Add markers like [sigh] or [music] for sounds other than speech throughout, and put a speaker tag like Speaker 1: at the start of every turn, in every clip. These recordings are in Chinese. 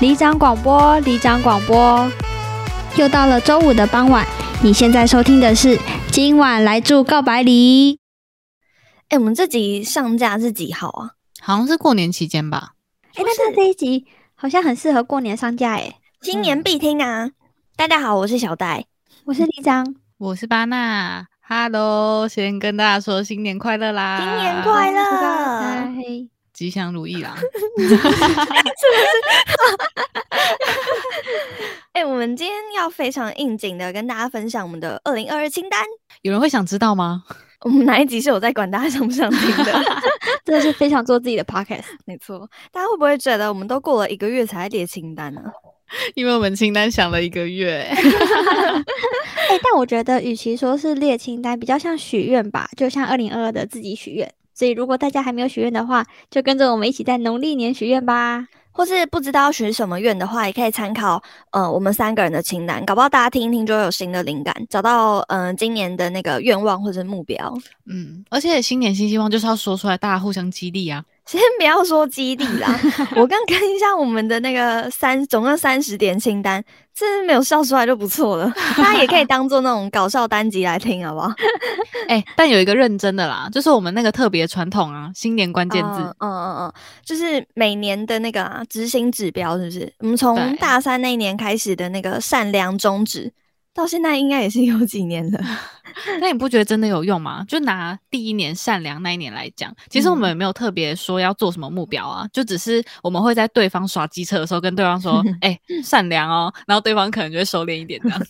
Speaker 1: 里长广播，里长广播。又到了周五的傍晚，你现在收听的是《今晚来住告白里》。
Speaker 2: 哎、我们这集上架是几号啊？
Speaker 3: 好像是过年期间吧。
Speaker 1: 哎，那他这一集好像很适合过年上架哎。
Speaker 2: 新年必听啊！大家好，我是小戴。
Speaker 1: 我是里长，
Speaker 3: 我是巴娜，Hello，先跟大家说新年快乐啦！
Speaker 2: 新年快乐
Speaker 1: 嗨
Speaker 3: 吉祥如意啦！
Speaker 2: 哎、我们今天要非常应景的跟大家分享我们的二零二二清单。
Speaker 3: [laughs] 有人会想知道吗？
Speaker 2: 我们哪一集是有在管大家想不想听的？ [laughs]
Speaker 1: 真的是非常做自己的 podcast。
Speaker 2: 没错，大家会不会觉得我们都过了一个月才列清单呢、
Speaker 3: 因为我们清单想了一个月，
Speaker 1: [laughs] 哎，但我觉得与其说是列清单，比较像许愿吧，就像二零二二的自己许愿。所以如果大家还没有许愿的话，就跟着我们一起在农历年许愿吧。
Speaker 2: 或是不知道许什么愿的话，也可以参考呃我们三个人的清单，搞不好大家听一听就会有新的灵感，找到嗯、呃今年的那个愿望或者目标。
Speaker 3: [laughs] 嗯，而且新年新希望就是要说出来，大家互相激励啊。
Speaker 2: 先不要说基地
Speaker 3: [laughs]
Speaker 2: 啦，我刚看一下我们的那个三总共三十点清单，这没有笑出来就不错了。大家也可以当做那种搞笑单集来听，好不好？
Speaker 3: 哎、但有一个认真的啦，就是我们那个特别传统啊，新年关键字。
Speaker 2: 嗯嗯嗯嗯，就是每年的那个啊执、行指标，是不是？我们从
Speaker 3: 对
Speaker 2: 大三那一年开始的那个善良宗旨，到现在应该也是有几年了。
Speaker 3: [laughs] 那你不觉得真的有用吗？就拿第一年善良那一年来讲，其实我们也没有特别说要做什么目标啊，就只是我们会在对方耍机车的时候跟对方说：“哎、善良哦。”然后对方可能就会收敛一点这样。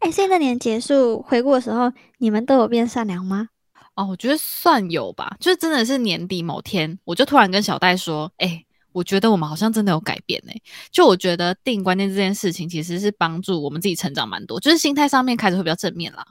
Speaker 1: 哎，所以那年结束回顾的时候，你们都有变善良吗？
Speaker 3: 哦，我觉得算有吧，就是真的是年底某天，我就突然跟小戴说：“哎、我觉得我们好像真的有改变哎、就我觉得定关键这件事情其实是帮助我们自己成长蛮多，就是心态上面开始会比较正面啦。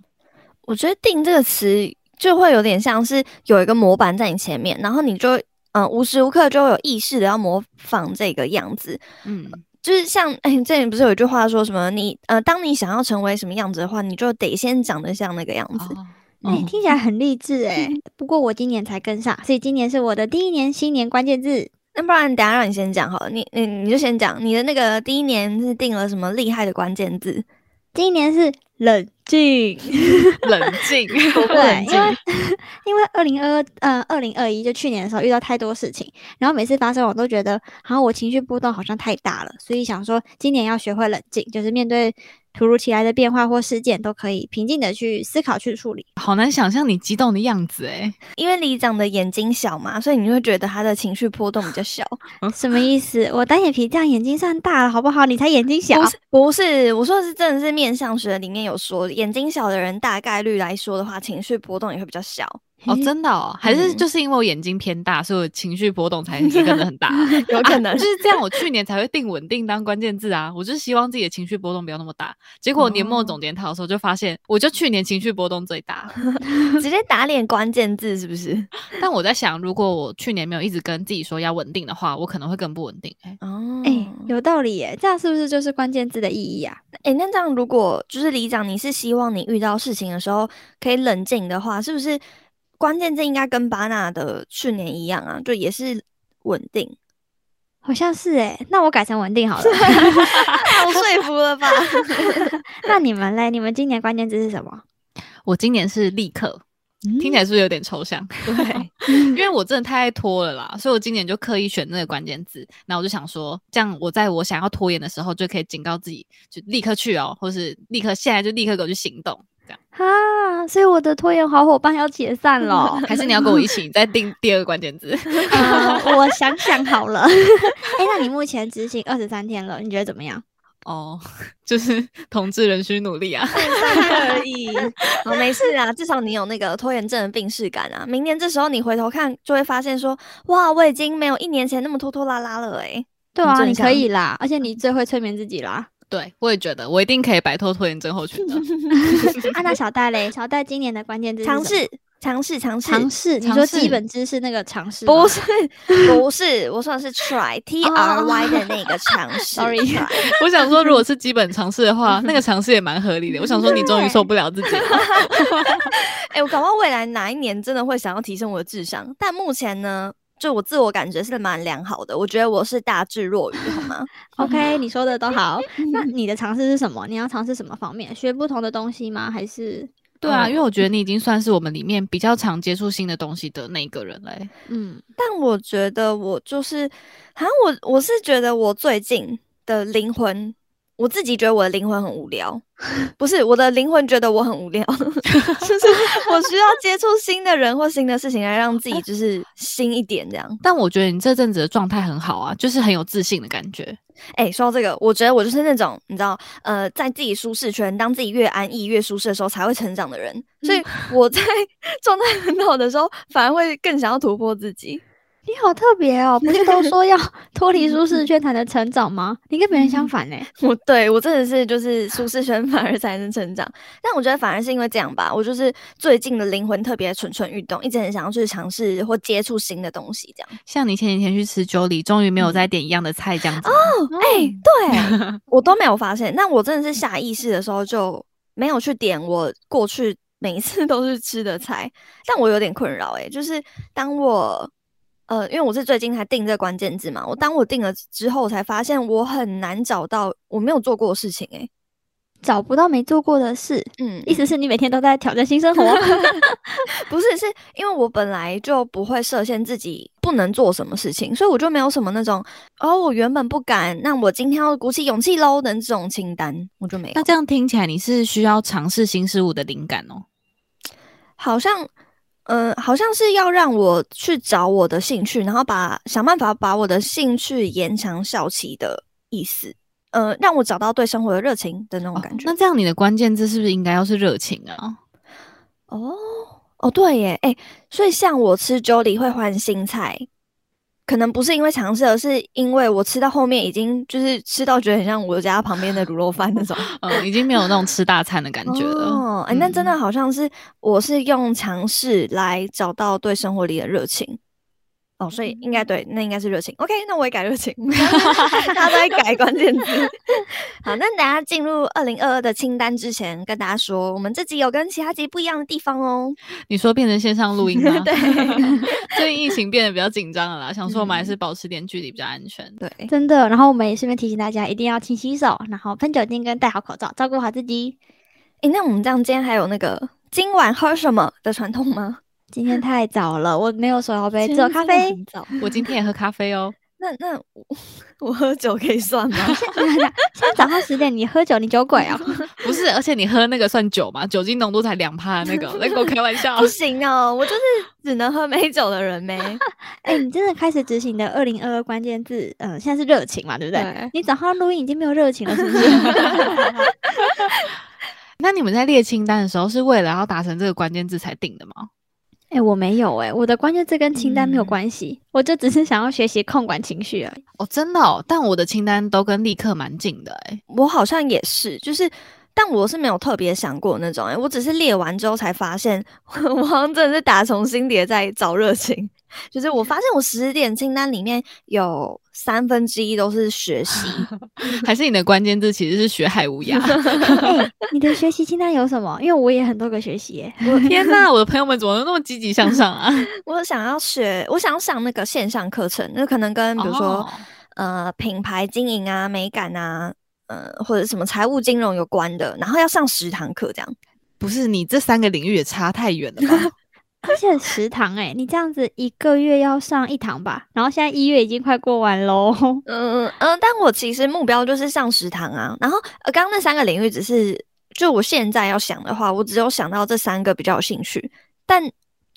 Speaker 2: 我觉得“定”这个词就会有点像是有一个模板在你前面，然后你就嗯、呃无时无刻就有意识的要模仿这个样子。
Speaker 3: 嗯，
Speaker 2: 就是像哎，这里不是有一句话说什么？你呃，当你想要成为什么样子的话，你就得先长得像那个样子。
Speaker 3: 哦
Speaker 1: 哎、
Speaker 3: 嗯
Speaker 1: 听起来很励志
Speaker 2: [laughs]
Speaker 1: 哎、不过我今年才跟上，所以今年是我的第一年新年关键字。
Speaker 2: 那不然等一下让你先讲好了，你你你就先讲你的那个第一年是定了什么厉害的关键字？
Speaker 1: 第一年是冷
Speaker 2: [laughs]
Speaker 1: 静，
Speaker 3: 冷静，
Speaker 1: 对，因为因为二零二二呃二零二一就去年的时候遇到太多事情，然后每次发生我都觉得，好像我情绪波动好像太大了，所以想说今年要学会冷静，就是面对突如其来的变化或事件都可以平静的去思考去处理。
Speaker 3: 好难想象你激动的样子哎、
Speaker 2: 因为里长的眼睛小嘛，所以你会觉得他的情绪波动比较小。
Speaker 1: 什么意思？我单眼皮这样眼睛算大了好不好？你才眼睛小
Speaker 2: 不。是不是，我说的是真的是面相学里面有说，眼睛小的人大概率来说的话，情绪波动也会比较
Speaker 3: [laughs]
Speaker 2: 小。
Speaker 3: 哦，真的哦，还是
Speaker 2: 嗯
Speaker 3: 就是因为我眼睛偏大，所以我情绪波动才也
Speaker 2: [laughs]
Speaker 3: 跟着很大 [laughs] 啊、
Speaker 2: 有
Speaker 3: 啊
Speaker 2: 可能
Speaker 3: 就是这样。我去年才会定稳定当关键字啊，我就是希望自己的情绪波动不要那么大。结果年末
Speaker 2: 哦
Speaker 3: 总检讨的时候就发现，我就去年情绪波动最大。
Speaker 2: [laughs] 直接打脸关键字是不是？
Speaker 3: 但我在想，如果我去年没有一直跟自己说要稳定的话，我可能会更不稳定。哎
Speaker 2: 哦，
Speaker 1: 哎、有道理耶，这样是不是就是关键字的意义啊？
Speaker 2: 哎、那这样如果就是里长，你是希望你遇到事情的时候可以冷静的话，是不是关键字应该跟巴纳的去年一样啊？就也是稳定，
Speaker 1: 好像是哎，那我改成稳定好了。
Speaker 2: 太有啊说服了 [laughs] 吧？
Speaker 1: [laughs] 那你们嘞？你们今年关键字是什么？
Speaker 3: 我今年是立刻，
Speaker 1: 嗯
Speaker 3: 听起来是不是有点抽象？ [laughs]
Speaker 2: 对，
Speaker 3: 因为我真的太爱拖了啦，所以我今年就刻意选那个关键字。那我就想说，这样我在我想要拖延的时候，就可以警告自己，就立刻去哦，或是立刻现在就立刻给我去行动。这样，。
Speaker 1: 啊，所以我的拖延好伙伴要解散 [laughs] 了哦
Speaker 3: 还是你要跟我一起再定第二个关键字？
Speaker 1: 呃我想想好了。哎、 [laughs] 那你目前执行二十三天了，你觉得怎么样？
Speaker 3: 哦， [laughs] 就是同志仍需努力啊。 [laughs]
Speaker 2: 而已。 [laughs] 好，没事啊，至少你有那个拖延症的病逝感啊。明年这时候你回头看，就会发现说，哇，我已经没有一年前那么拖拖拉拉了哎、
Speaker 1: 对
Speaker 2: 很
Speaker 1: 啊，
Speaker 2: 正
Speaker 1: 你可
Speaker 2: 向
Speaker 1: 以啦，而且你最会催眠自己啦。
Speaker 3: 对，我也觉得我一定可以摆脱拖延症候群的。 [laughs]
Speaker 1: 啊，那小戴嘞？小戴今年的关键字是
Speaker 2: 尝
Speaker 1: 什么
Speaker 2: 试，尝试，尝试，
Speaker 1: 尝试，你
Speaker 3: 尝
Speaker 1: 说
Speaker 3: 试
Speaker 1: 基本知识那个尝试吗
Speaker 2: 不是不是，我说的是 [laughs] try，t
Speaker 1: 哦哦
Speaker 2: r
Speaker 1: 哦
Speaker 2: y 的那个尝 [laughs] 试
Speaker 1: Sorry
Speaker 2: try
Speaker 3: 我想说，如果是基本尝试的话，那个尝试也蛮合理的。我想说，你终于受不了自己了。
Speaker 2: 哎、我搞不好未来哪一年真的会想要提升我的智商，但目前呢，就我自我感觉是蛮良好的，我觉得我是大智若愚，好吗？ [laughs]
Speaker 1: [laughs] OK，你说的都好。那你的尝试是什么？你要尝试什么方面？学不同的东西吗？还是
Speaker 3: 对啊，
Speaker 1: 嗯
Speaker 3: 因为我觉得你已经算是我们里面比较常接触新的东西的那一个人欸嘞。
Speaker 1: 嗯
Speaker 2: 但我觉得我就是，好像我我是觉得我最近的灵魂，我自己觉得我的灵魂很无聊，不是我的灵魂觉得我很无聊， [laughs] 就是我需要接触新的人或新的事情来让自己就是新一点这样。
Speaker 3: 但我觉得你这阵子的状态很好啊，就是很有自信的感觉。
Speaker 2: 哎、说到这个，我觉得我就是那种你知道，呃，在自己舒适圈，当自己越安逸越舒适的时候才会成长的人，所以我在 [laughs] 状态很好的时候，反而会更想要突破自己。
Speaker 1: 你好特别哦，不是都
Speaker 2: [laughs]
Speaker 1: 说要脱离舒适圈才能成长吗？你跟别人
Speaker 2: 嗯
Speaker 1: 相反呢、欸
Speaker 2: 我对我真的是就是舒适圈 [laughs] 反而才能成长，但我觉得反而是因为这样吧，我就是最近的灵魂特别蠢蠢欲动，一直很想要去尝试或接触新的东西，这样。
Speaker 3: 像你前几天去吃九里，终于没有再点一样的菜这样子吗。
Speaker 1: 哦
Speaker 2: 哎、对我都没有发现，但我真的是下意识的时候就没有去点我过去每一次都是吃的菜，但我有点困扰哎、就是当我呃，因为我是最近才定这个关键字嘛，我当我定了之后，我才发现我很难找到我没有做过的事情哎、
Speaker 1: 找不到没做过的事，
Speaker 2: 嗯，
Speaker 1: 意思是你每天都在挑战新
Speaker 2: [laughs]
Speaker 1: 生活。
Speaker 2: 不是，是因为我本来就不会设限自己不能做什么事情，所以我就没有什么那种哦，我原本不敢，那我今天要鼓起勇气喽的这种清单，我就没有
Speaker 3: 哎那。这样听起来你是需要尝试新事物的灵感哦。
Speaker 2: 好像，嗯，好像是要让我去找我的兴趣，然后把想办法把我的兴趣延长效期的意思，呃，让我找到对生活的热情的那种
Speaker 3: 哦
Speaker 2: 感觉。
Speaker 3: 那这样你的关键字是不是应该要是热情啊？
Speaker 2: 哦哦，对耶，哎，所以像我吃粥里会换新菜，可能不是因为尝试，而是因为我吃到后面已经就是吃到觉得很像我家旁边的卤肉饭那种
Speaker 3: 嗯，已经没有那种吃大餐的感觉了。
Speaker 2: [laughs] 哦，哎，那真的
Speaker 3: 嗯
Speaker 2: 好像是我是用尝试来找到对生活里的热情。哦，所以应
Speaker 3: 嗯
Speaker 2: 该对，那应该是热情。OK，那我也改热情， [laughs] 大家都在改关键字。 [laughs] 好，那等大家进入二零二二的清单之前，跟大家说，我们这集有跟其他集不一样的地方哦。
Speaker 3: 你说变成线上录音吗？
Speaker 2: [laughs] 对，
Speaker 3: [laughs] 最近疫情变得比较紧张了啦，想说我们还
Speaker 2: 嗯
Speaker 3: 是保持点距离比较安全。
Speaker 2: 对，
Speaker 1: 真的，然后我们也顺便提醒大家，一定要勤洗手，然后喷酒精跟戴好口罩，照顾好自己。
Speaker 2: 诶，哎那我们这样今天还有那个今晚喝什么的传统吗？
Speaker 1: 今天太早了，我没有手摇杯，只有咖
Speaker 2: 今天
Speaker 1: 啡。
Speaker 2: 真的很早。
Speaker 3: 我今天也喝咖啡哦，
Speaker 2: 那那我我喝酒可以算
Speaker 3: [laughs]
Speaker 2: 吗？
Speaker 1: [laughs] 现在早上十点，你喝酒，你酒鬼
Speaker 2: [laughs]
Speaker 1: 哦。
Speaker 3: 不是，而且你喝那个算酒吗？酒精浓度才两趴的那个，在跟我开玩笑
Speaker 2: 不。行哦，我就是只能喝美酒的人呗。
Speaker 1: 哎、你真的开始执行的二零二二关键字，嗯、现在是热情嘛，对不对？
Speaker 2: 对
Speaker 1: 你早上录音已经没有热情了，是不是？
Speaker 3: [laughs] 那你们在列清单的时候，是为了要达成这个关键字才定的吗？
Speaker 1: 哎、我没有哎、我的关键字跟清单没有
Speaker 2: 嗯
Speaker 1: 关系，我就只是想要学习控管情绪而已。
Speaker 3: 哦，真的哦，但我的清单都跟立刻蛮近的哎、
Speaker 2: 我好像也是，就是。但我是没有特别想过那种、欸诶我只是列完之后才发现， [laughs] 我好像真的是打从心底地在找热情。就是我发现我十点清单里面有三分之一都是学习，
Speaker 3: 还是你的关键字其实是学海无涯？ [laughs]
Speaker 1: 哎你的学习清单有什么？ [laughs] 因为我也很多个学习、耶。 [laughs]
Speaker 3: 我的天哪，我的朋友们怎么都那么积极向上 [laughs] 啊？
Speaker 2: 我想要学，我想要上那个线上课程，那可能跟比如说、
Speaker 3: 哦
Speaker 2: 呃品牌经营啊、美感啊，呃或者什么财务金融有关的，然后要上十堂课这样。
Speaker 3: 不是你这三个领域也差太远了 [laughs] 吧？
Speaker 1: 而且食堂哎、你这样子一个月要上一堂吧，然后现在一月已经快过完喽。 [laughs]
Speaker 2: 嗯嗯、呃，但我其实目标就是上十堂啊，然后呃刚刚那三个领域只是就我现在要想的话，我只有想到这三个比较有兴趣，但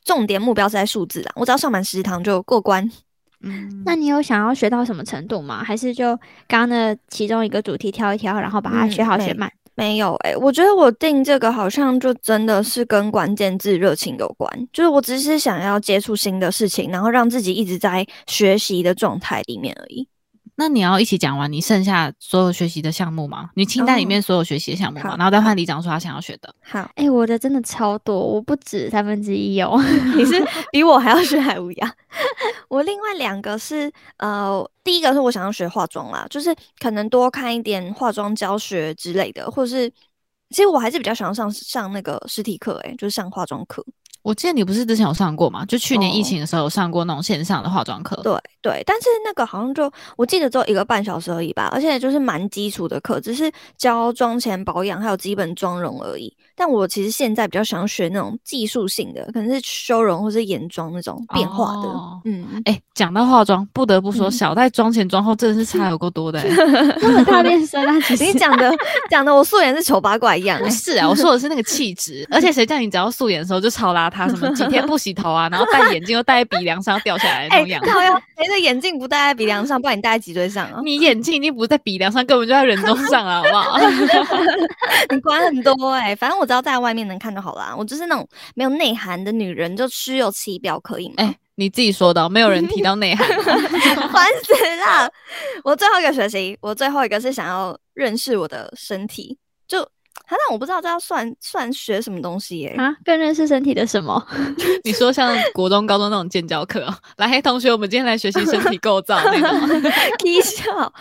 Speaker 2: 重点目标是在数字啦，我只要上满十堂就过关。
Speaker 3: [laughs] 嗯，
Speaker 1: 那你有想要学到什么程度吗？还是就刚刚的其中一个主题挑一挑，然后把它
Speaker 2: 嗯
Speaker 1: 学好学
Speaker 2: 没
Speaker 1: 满？
Speaker 2: 没有诶、我觉得我定这个好像就真的是跟关键字热情有关，就是我只是想要接触新的事情，然后让自己一直在学习的状态里面而已。
Speaker 3: 那你要一起讲完你剩下所有学习的项目吗？你清单里面所有学习的项目吗？
Speaker 2: 好
Speaker 3: 然后再换李长说他想要学的。
Speaker 2: 好，
Speaker 1: 哎、我的真的超多，我不止三分之一 [laughs] 哦。
Speaker 2: 你是比我还要学海无涯。 [laughs] 我另外两个是呃，第一个是我想要学化妆啦，就是可能多看一点化妆教学之欸类的，或是其实我还是比较想要上上那个实体课，诶，就是上化妆课。
Speaker 3: 我记得你不是之前有上过吗？就去年疫
Speaker 2: 哦
Speaker 3: 情的时候有上过那种线上的化妆课。
Speaker 2: 对对，但是那个好像就我记得只有一个半小时而已吧，而且就是蛮基础的课，只是教妆前保养还有基本妆容而已。但我其实现在比较想学那种技术性的，可能是修容或是眼妆那种变化的。
Speaker 3: 哦
Speaker 2: 嗯，
Speaker 3: 哎、讲到化妆，不得不说，
Speaker 2: 嗯
Speaker 3: 小戴妆前妆后真的是差有够
Speaker 2: [laughs]
Speaker 3: 多的、欸。
Speaker 1: 真的大变 [laughs] 身啊！其
Speaker 2: 你
Speaker 1: 实
Speaker 2: 讲的讲的我素颜是丑八怪一样、
Speaker 3: 不
Speaker 2: 哎
Speaker 3: 是啊，我说的是那个气质，而且谁叫你只要素颜的时候就超邋遢，什么几天不洗头啊，然后戴眼镜又戴在鼻梁上要掉下来的那
Speaker 2: [laughs] 哎
Speaker 3: 种，样子。
Speaker 2: 靠呀，谁的眼镜不戴在鼻梁上，不然你戴在脊椎上啊？
Speaker 3: 你眼镜已经不是在鼻梁上，根本就在人中上了，好不好？ [laughs]
Speaker 2: 你管很多哎、反正我只要在外面能看就好啦。我就是那种没有内涵的女人，就虚有其表，可以吗？
Speaker 3: 哎、你自己说的哦、没有人提到内涵 [laughs] 哦。
Speaker 2: 烦死了！我最后一个学习，我最后一个是想要认识我的身体，就好像我不知道这要算算学什么东西欸耶、
Speaker 1: 啊，更认识身体的什么？
Speaker 3: 你说像国中、高中那种建教课、哦，来，同学，我们今天来学习身体构造那种。
Speaker 2: [laughs] 低笑，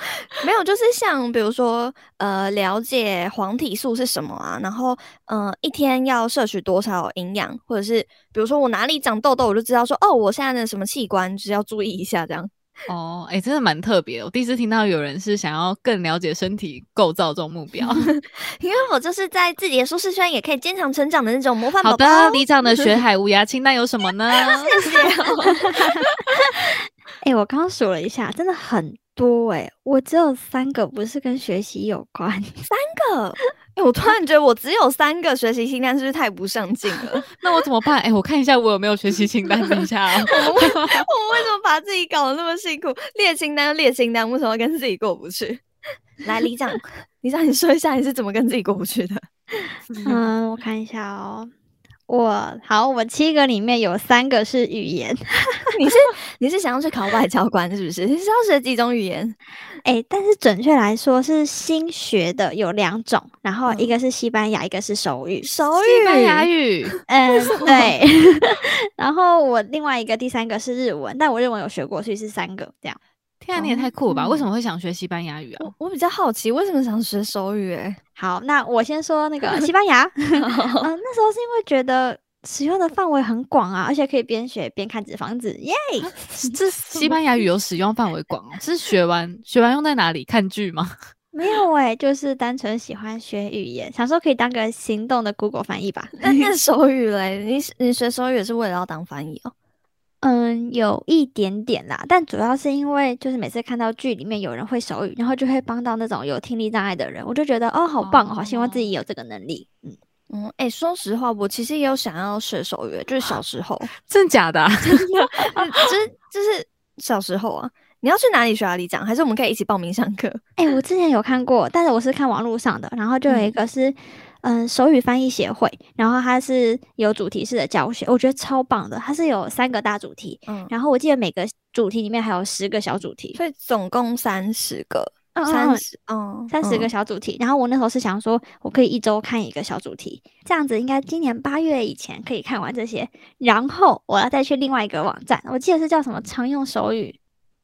Speaker 2: 没有，就是像比如说，呃，了解黄体素是什么啊，然后，呃，一天要摄取多少营养，或者是比如说我哪里长痘痘，我就知道说，哦，我现在的什么器官就是要注意一下这样。
Speaker 3: 哦，哎、真的蛮特别的。我第一次听到有人是想要更了解身体构造这种目 [laughs] 标。
Speaker 2: 因为我就是在自己的舒适圈也可以坚强成长的那种模范
Speaker 3: 好
Speaker 2: 宝宝。
Speaker 3: 的，里长的学海无涯清单有什么 [laughs] 呢？
Speaker 2: 谢谢哦、
Speaker 1: 哎、我刚刚数了一下，真的很多哎、我只有三个不是跟学习有关。
Speaker 2: 个， [laughs] 哎、我突然觉得我只有三个学习清单，是不是太不上进了？
Speaker 3: 那我怎么办？哎、我看一下我有没有学习清单，等一下、哦。
Speaker 2: 我们为 [laughs] 我们为什么把自己搞得那么辛苦？列清单就列清单，为什么要跟自己过不去？ [laughs] 来，李长， [laughs] 李长，你说一下你是怎么跟自己过不去的？
Speaker 1: [laughs] 嗯，我看一下哦。我好，我七个里面有三个是语言，
Speaker 2: 你是你是想要去考外交官是不是？你是要学几种语言？
Speaker 1: 哎、但是准确来说是新学的有两种，然后一个是西班牙，一个是手语。
Speaker 2: 嗯手语、
Speaker 3: 西班牙语，
Speaker 1: 嗯，对。 [laughs] 然后我另外一个第三个是日文，但我日文有学过，所以是三个这样。
Speaker 3: 天啊，你也太酷了吧！
Speaker 2: 哦
Speaker 3: 为什么会想学西班牙语啊
Speaker 2: 我？我比较好奇，为什么想学手语、欸？
Speaker 1: 好，那我先说那个西班牙，嗯、那时候是因为觉得使用的范围很广啊，而且可以边学边看纸房子，耶、
Speaker 3: 这西班牙语有使用范围广哦，是学完学完用在哪里？看剧吗？
Speaker 1: 没有哎、就是单纯喜欢学语言，想说可以当个行动的 Google 翻译吧。
Speaker 2: 那 [laughs] 那手语嘞？你你学手语是为了要当翻译哦？
Speaker 1: 嗯，有一点点啦，但主要是因为就是每次看到剧里面有人会手语，然后就会帮到那种有听力障碍的人，我就觉得哦，好棒哦，好希望自己有这个能力。嗯，
Speaker 2: 嗯，哎、说实话，我其实也有想要学手语，欸就是小时 [laughs] 候。
Speaker 3: [laughs] 真假 [laughs] 的啊、
Speaker 2: 嗯就是就是小时候啊，你要去哪里学啊？里长，还是我们可以一起报名上课？
Speaker 1: 哎、我之前有看过，但是我是看网络上的，然后就有一
Speaker 2: 嗯
Speaker 1: 个是嗯手语翻译协会，然后它是有主题式的教学，我觉得超棒的，它是有三个大主题，
Speaker 2: 嗯，
Speaker 1: 然后我记得每个主题里面还有十个小主题，
Speaker 2: 所以总共三十个，
Speaker 1: 嗯嗯嗯
Speaker 2: [laughs] 三十，嗯，
Speaker 1: 三十个
Speaker 2: 嗯
Speaker 1: 小主题，然后我那时候是想说，我可以一周看一个小主题，这样子应该今年八月以前可以看完这些，然后我要再去另外一个网站，我记得是叫什么常用手语，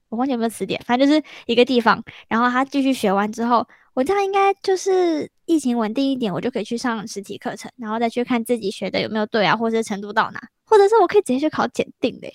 Speaker 1: 我忘记有没有词典，反正就是一个地方，然后他继续学完之后，我这样应该就是疫情稳定一点，我就可以去上实体课程，然后再去看自己学的有没有对啊，或者是程度到哪，或者是我可以直接去考检定的耶，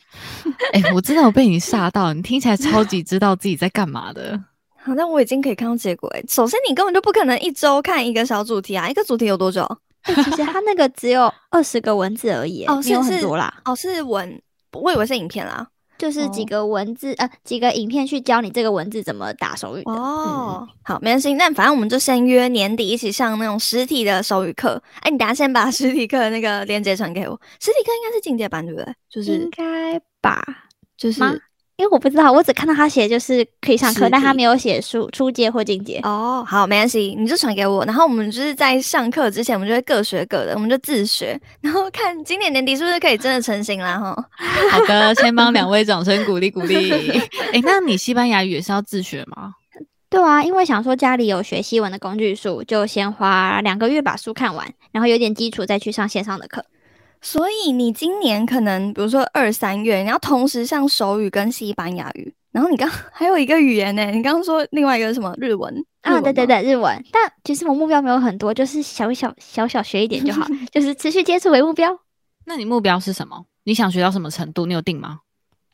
Speaker 1: 欸
Speaker 3: 哎、我真的有被你吓到，你听起来超级知道自己在干嘛的。
Speaker 2: 好，那我已经可以看到结果欸。首先，你根本就不可能一周看一个小主题啊，一个主题有多久？
Speaker 1: 欸其实他那个只有二十个文字而已耶，
Speaker 2: 哦
Speaker 1: 没有
Speaker 2: 是
Speaker 1: 很
Speaker 2: 是
Speaker 1: 多啦。
Speaker 2: 哦，是文，我以为是影片啦。
Speaker 1: 就是几
Speaker 2: 哦
Speaker 1: 个文字、呃几个影片去教你这个文字怎么打手语的。嗯，
Speaker 2: 哦，好，没关系。那反正我们就先约年底一起上那种实体的手语课。哎，你等下先把 [laughs] 实体课的那个链接传给我。实体课应该是进阶版，对不对？就是
Speaker 1: 应该吧？
Speaker 2: 就是
Speaker 1: 吗因为我不知道，我只看到他写就是可以上课，
Speaker 2: 实
Speaker 1: 但他
Speaker 2: 体
Speaker 1: 没有写初初阶或进阶。
Speaker 2: 哦，好，没关系，你就传给我。然后我们就是在上课之前，我们就会各学各的，我们就自学，然后看今年年底是不是可以真的成型啦哈。
Speaker 3: [laughs] 好的，先帮两位掌声鼓励鼓励。哎、那你西班牙语也是要自学吗？
Speaker 1: 对啊，因为想说家里有学西文的工具书，就先花两个月把书看完，然后有点基础再去上线上的课。
Speaker 2: 所以你今年可能，比如说二三月，你要同时上手语跟西班牙语，然后你刚还有一个语言呢，你刚刚说另外一个是什么日文
Speaker 1: 啊，对对，
Speaker 2: 日文吗
Speaker 1: 对，日文。但
Speaker 2: [laughs]
Speaker 1: 其实我目标没有很多，就是小小小小学一点就好，就是持续接触为目标。
Speaker 3: 那你目标是什么？你想学到什么程度？你有定吗？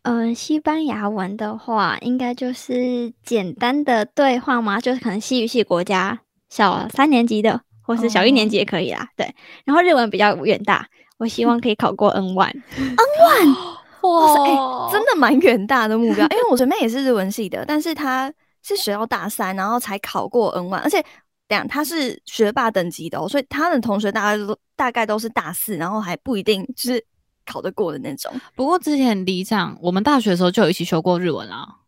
Speaker 1: 嗯，西班牙文的话，应该就是简单的对话嘛，就是可能西语系国家小三年级的，或是小一年级也可以啦。对，然后日文比较远大，我希望可以考过 N 1
Speaker 3: [laughs]
Speaker 2: 哇塞、欸真的蛮远大的目标。因为我前面也是日文系的，但是他是学到大三，然后才考过 N 1而且等一下他是学霸等级的、哦，所以他的同学大概都大概都是大四，然后还不一定就是考得过的那种。
Speaker 3: 不过之前里长，我们大学的时候就有一起修过日文啊啦。哦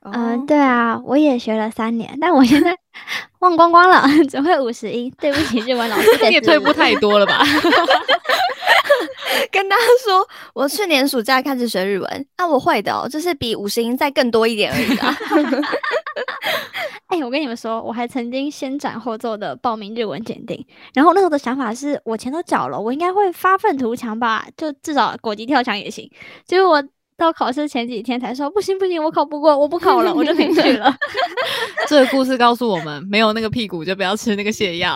Speaker 2: 哦
Speaker 1: 嗯，对啊，我也学了三年，但我现在 [laughs] 忘光光了， [laughs] 只会五十音。对不起，日文老师的
Speaker 3: [laughs] 你也退步太多了吧？
Speaker 2: 跟大家说，我去年暑假开始学日文，啊，我会的、哦，就是比五十音再更多一点而已啦。
Speaker 1: 哎、我跟你们说，我还曾经先斩后奏的报名日文检定，然后那时候的想法是我钱都缴了，我应该会发愤图强吧，就至少国际跳墙也行。结果我到考试前几天才说，不行不行，我考不过，我不考了，我就没去 [laughs] 了。
Speaker 3: [laughs] 这个故事告诉我们，没有那个屁股就不要吃那个泻药。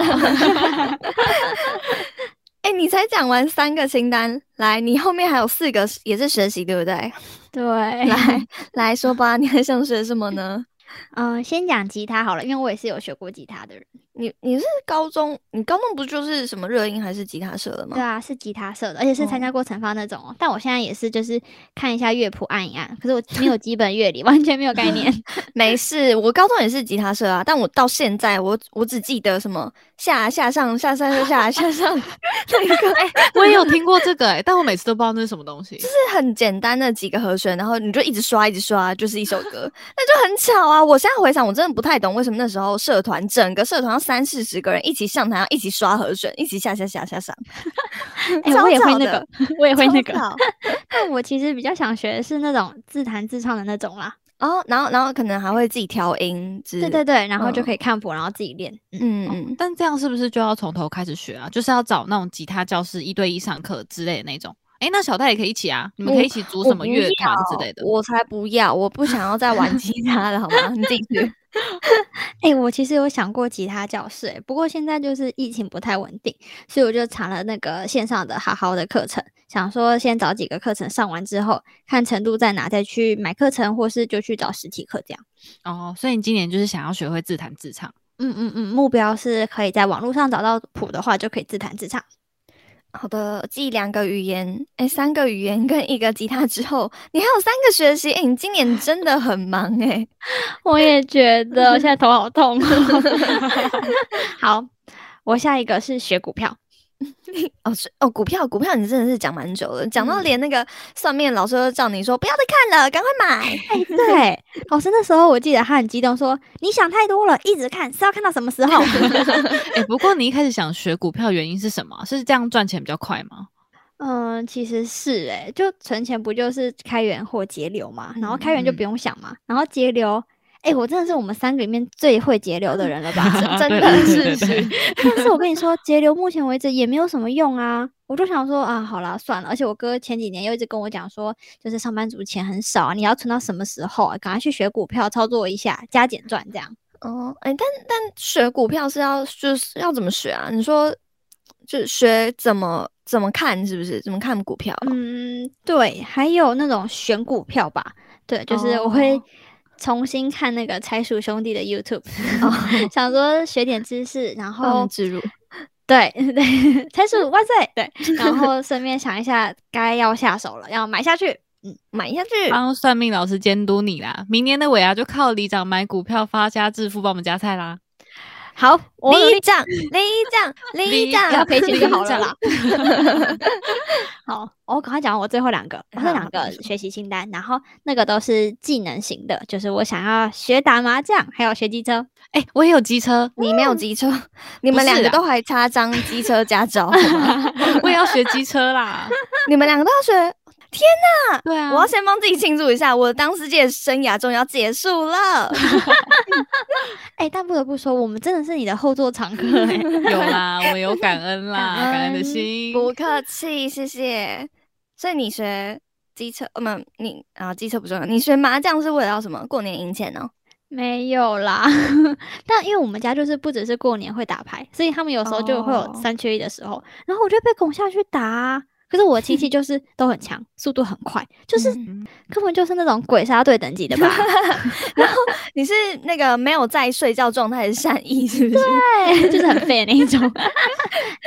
Speaker 2: 哎、你才讲完三个清单，来，你后面还有四个是也是学习，对不对？
Speaker 1: 对，
Speaker 2: 来来说吧，你还想学什么呢？
Speaker 1: 嗯、先讲吉他好了，因为我也是有学过吉他的人。
Speaker 2: 你你是高中，你高中不就是什么热音还是吉他社了吗？
Speaker 1: 对啊，是吉他社的，而且是参加过惩罚那种、哦。但我现在也是就是看一下乐谱按一按，可是我没有基本乐理，完全没有概 [laughs] 念。
Speaker 2: 没事，我高中也是吉他社啊，但我到现在我我只记得什么下下上下上下下下上那个，哎、
Speaker 3: 我也有听过这个、欸，但我每次都不知道那是什么东西。
Speaker 2: 是很简单的几个和弦，然后你就一直刷一直刷，就是一首歌， [laughs] 那就很巧啊。我现在回想，我真的不太懂为什么那时候社团整个社团要三四十个人一起上台，要一起刷和弦，一起下下下下上。
Speaker 1: [laughs] 哎、
Speaker 2: 超
Speaker 1: 我也会
Speaker 2: 早
Speaker 1: 那
Speaker 2: 的
Speaker 1: 个，我也会那个。
Speaker 2: 超早
Speaker 1: 但我其实比较想学的是那种自弹自唱的那种啦。
Speaker 2: 哦，然后然后可能还会自己调音之，
Speaker 1: 对对，对，然后就
Speaker 2: 嗯
Speaker 1: 可以看谱，然后自己练。嗯
Speaker 2: 嗯嗯，
Speaker 3: 但这样是不是就要从头开始学啊？就是要找那种吉他教室一对一上课之类的那种。哎、那小戴也可以一起啊，你们可以一起组什么乐团之类的。
Speaker 2: 我才不要，我不想要再玩 [laughs] 吉他了，好吗？你自己去。
Speaker 1: 哎、我其实有想过吉他教室、欸，不过现在就是疫情不太稳定，所以我就查了那个线上的好好的课程，想说先找几个课程上完之后，看程度在哪再去买课程，或是就去找实体课这样。
Speaker 3: 哦，所以你今年就是想要学会自弹自唱。
Speaker 1: 嗯嗯嗯，目标是可以在网络上找到谱的话，就可以自弹自唱。
Speaker 2: 好的，记两个语言，哎，三个语言跟一个吉他之后， [laughs] 你还有三个学习，哎，你今年真的很忙哎、
Speaker 1: 我也觉得，现在头好痛、哦 [laughs] 好，我下一个是学股票。
Speaker 2: [laughs] 哦，是哦，股票，股票，你真的是讲蛮久了，讲到
Speaker 3: 嗯
Speaker 2: 连那个算命老师都叫你说不要再看了，赶快买。
Speaker 3: [laughs]
Speaker 2: [laughs]
Speaker 1: 对，老师那时候我记得他很激动，说：“你想太多了，一直看是要看到什么时候 [laughs]
Speaker 3: 哎、不过你一开始想学股票原因是什么啊？是这样赚钱比较快吗？？”
Speaker 1: 嗯，其实是诶、就存钱不就是开源或节流嘛？然后开源就
Speaker 3: 嗯
Speaker 1: 不用想嘛，然后节流，哎、我真的是我们三个里面最会节流的人了吧？
Speaker 2: [laughs]
Speaker 3: [laughs]
Speaker 2: 真真
Speaker 3: 对
Speaker 2: 的
Speaker 3: 对
Speaker 2: 是
Speaker 3: 对对
Speaker 2: 是，
Speaker 1: 但是我跟你说，节流目前为止也没有什么用啊。我就想说啊，好啦，算了。而且我哥前几年又一直跟我讲说，就是上班族钱很少啊，你要存到什么时候啊？赶快去学股票操作一下，加减赚这样。
Speaker 2: 哦，哎，但但学股票是要就是要怎么学啊？你说就学怎么怎么看是不是？怎么看股票？
Speaker 1: 嗯，对，还有那种选股票吧，对，就是我会
Speaker 2: 哦
Speaker 1: [laughs] 重新看那个财鼠兄弟的 YouTube，、想 [laughs] 说学点知识，然后、
Speaker 2: 哦，植入。
Speaker 1: 对 [laughs] 对，财鼠万岁，
Speaker 2: [laughs]
Speaker 1: 对，然后顺便想一下该要下手了，要买下去。嗯
Speaker 2: 买下去，
Speaker 3: 帮算命老师监督你啦。明年的尾牙就靠里长买股票发家致富，帮我们夹菜啦。
Speaker 1: 好，我努力
Speaker 2: 里长，里
Speaker 1: [laughs]
Speaker 2: 长，里
Speaker 3: 里
Speaker 2: 长，
Speaker 1: 不要赔钱就好了啦
Speaker 3: 啦。。
Speaker 1: [laughs] 好，哦我赶快讲完我最后两个，我这
Speaker 2: 好
Speaker 1: 两
Speaker 2: 好
Speaker 1: 个
Speaker 2: 你说
Speaker 1: 学习清单，然后那个都是技能型的，就是我想要学打麻将，还有学机车。
Speaker 3: 哎、我也有机车，
Speaker 2: 你没有机车， [laughs] 你
Speaker 3: 不
Speaker 2: 们两
Speaker 3: 是
Speaker 2: 个
Speaker 3: 啊
Speaker 2: 都还差张机车驾照，好吗 [laughs]
Speaker 3: 我也要学机车啦。
Speaker 2: 你们两个都要学。天
Speaker 3: 对
Speaker 2: 哪！
Speaker 3: 啊，
Speaker 2: 我要先帮自己庆祝一下，我当司机的生涯终于要结束了。
Speaker 3: [laughs]
Speaker 1: 哎、但不得不说，我们真的是你的后座常 [laughs] 客、欸。
Speaker 3: 有啦，我有感恩啦，
Speaker 1: 感
Speaker 3: 感恩的
Speaker 1: 恩
Speaker 3: 心。
Speaker 2: 不客气，谢谢。所以你学机车，呃，不，你啊，机车不重要。你学麻将是为了要什么？过年赢钱哦。
Speaker 1: 没有啦，但因为我们家就是不只是过年会打牌，所以他们有时候就会有
Speaker 2: 哦
Speaker 1: 三缺一的时候，然后我就被拱下去打啊、可是我亲戚就是都很强，速度很快，就是
Speaker 3: 嗯
Speaker 1: 根本就是那种鬼杀队等级的吧？
Speaker 2: 你是那个没有在睡觉状态的善意，是
Speaker 3: [laughs]
Speaker 2: 不是？
Speaker 1: 对，就是很废的那一 [laughs] 种。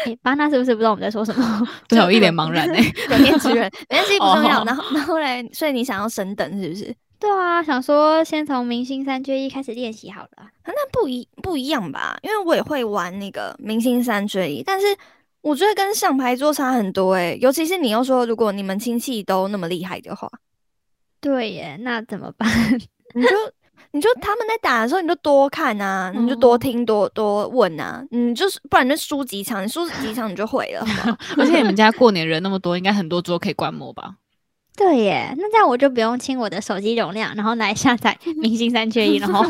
Speaker 1: 哎，巴娜是不是不知道我们在说什么？ [laughs]
Speaker 3: 对我一脸
Speaker 2: [laughs]
Speaker 3: 茫然哎、
Speaker 2: 对，面之人，没关系，不重要。
Speaker 3: 哦
Speaker 2: 然后，然后嘞，所以你想要升等是不是？
Speaker 1: 对啊，想说先从明星三缺一开始练习好了。
Speaker 2: 啊那不一不一样吧？因为我也会玩那个明星三缺一，但是我觉得跟上牌桌差很多诶、尤其是你又说，如果你们亲戚都那么厉害的话，
Speaker 1: 对耶，那怎么办？ [laughs]
Speaker 2: 你就你就他们在打的时候，你就多看啊，你就多
Speaker 3: 哦
Speaker 2: 听多多问啊，你就是不然你就输几场，你输几场你就会了，好不好
Speaker 3: 而且你们家过年人那么多，应该很多桌可以观摩吧？
Speaker 1: 对耶，那这样我就不用清我的手机容量，然后来下载明星三缺一，然后
Speaker 2: [laughs]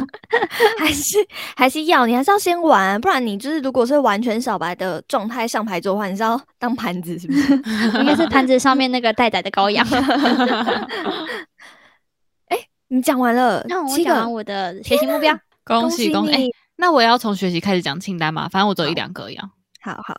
Speaker 1: [laughs]
Speaker 2: 还是还是要你还是要先玩啊，不然你就是如果是完全小白的状态上牌桌的话，你是要当盘子是不是？ [laughs]
Speaker 1: 应该是盘子上面那个待宰的羔羊。
Speaker 2: 你讲完了，
Speaker 1: [laughs] 那我
Speaker 2: 七
Speaker 1: 讲
Speaker 2: 个
Speaker 1: 完我的学习目标，
Speaker 3: 恭
Speaker 2: 喜
Speaker 3: 喜恭喜！哎
Speaker 2: 你
Speaker 3: 那我也要从学习开始讲清单嘛，反正我只有一两个啊呀。
Speaker 2: 好好，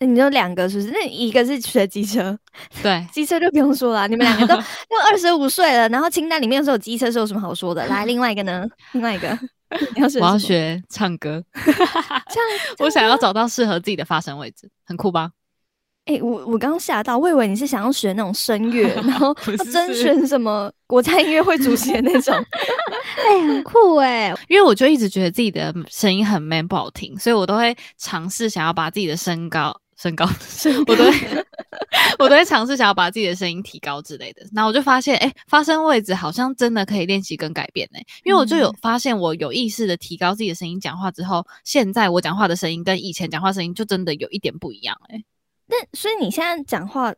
Speaker 2: 那你就两个是不是？那你一个是学机车，
Speaker 3: 对，
Speaker 2: 机车就不用说了啊，你们两个都都二十五岁了，然后清单里面是有机车，是有什么好说的？来，另外一个呢？另外一个 [laughs] 你要学什
Speaker 3: 我要
Speaker 2: 么
Speaker 3: 学唱歌， [laughs]
Speaker 2: 这样。
Speaker 3: 我想要找到适合自己的发声位置，很酷吧？
Speaker 2: 哎、我我刚吓到，我以为你是想要学那种声乐，然 [laughs] 后
Speaker 3: 不
Speaker 2: 要
Speaker 3: 是
Speaker 2: 甄选什么国家音乐会主席的那 [laughs] 种。
Speaker 1: 哎、很酷哎！
Speaker 3: 因为我就一直觉得自己的声音很 man 不好听，所以我都会尝试想要把自己的身高。身高，我都会， [laughs] 我都会尝试想要把自己的声音提高之类的。那我就发现，哎、发声位置好像真的可以练习跟改变呢、因为我就有发现，我有意识的提高自己的声音讲话之后，现在我讲话的声音跟以前讲话声音就真的有一点不一样哎、
Speaker 2: 但所以你现在讲话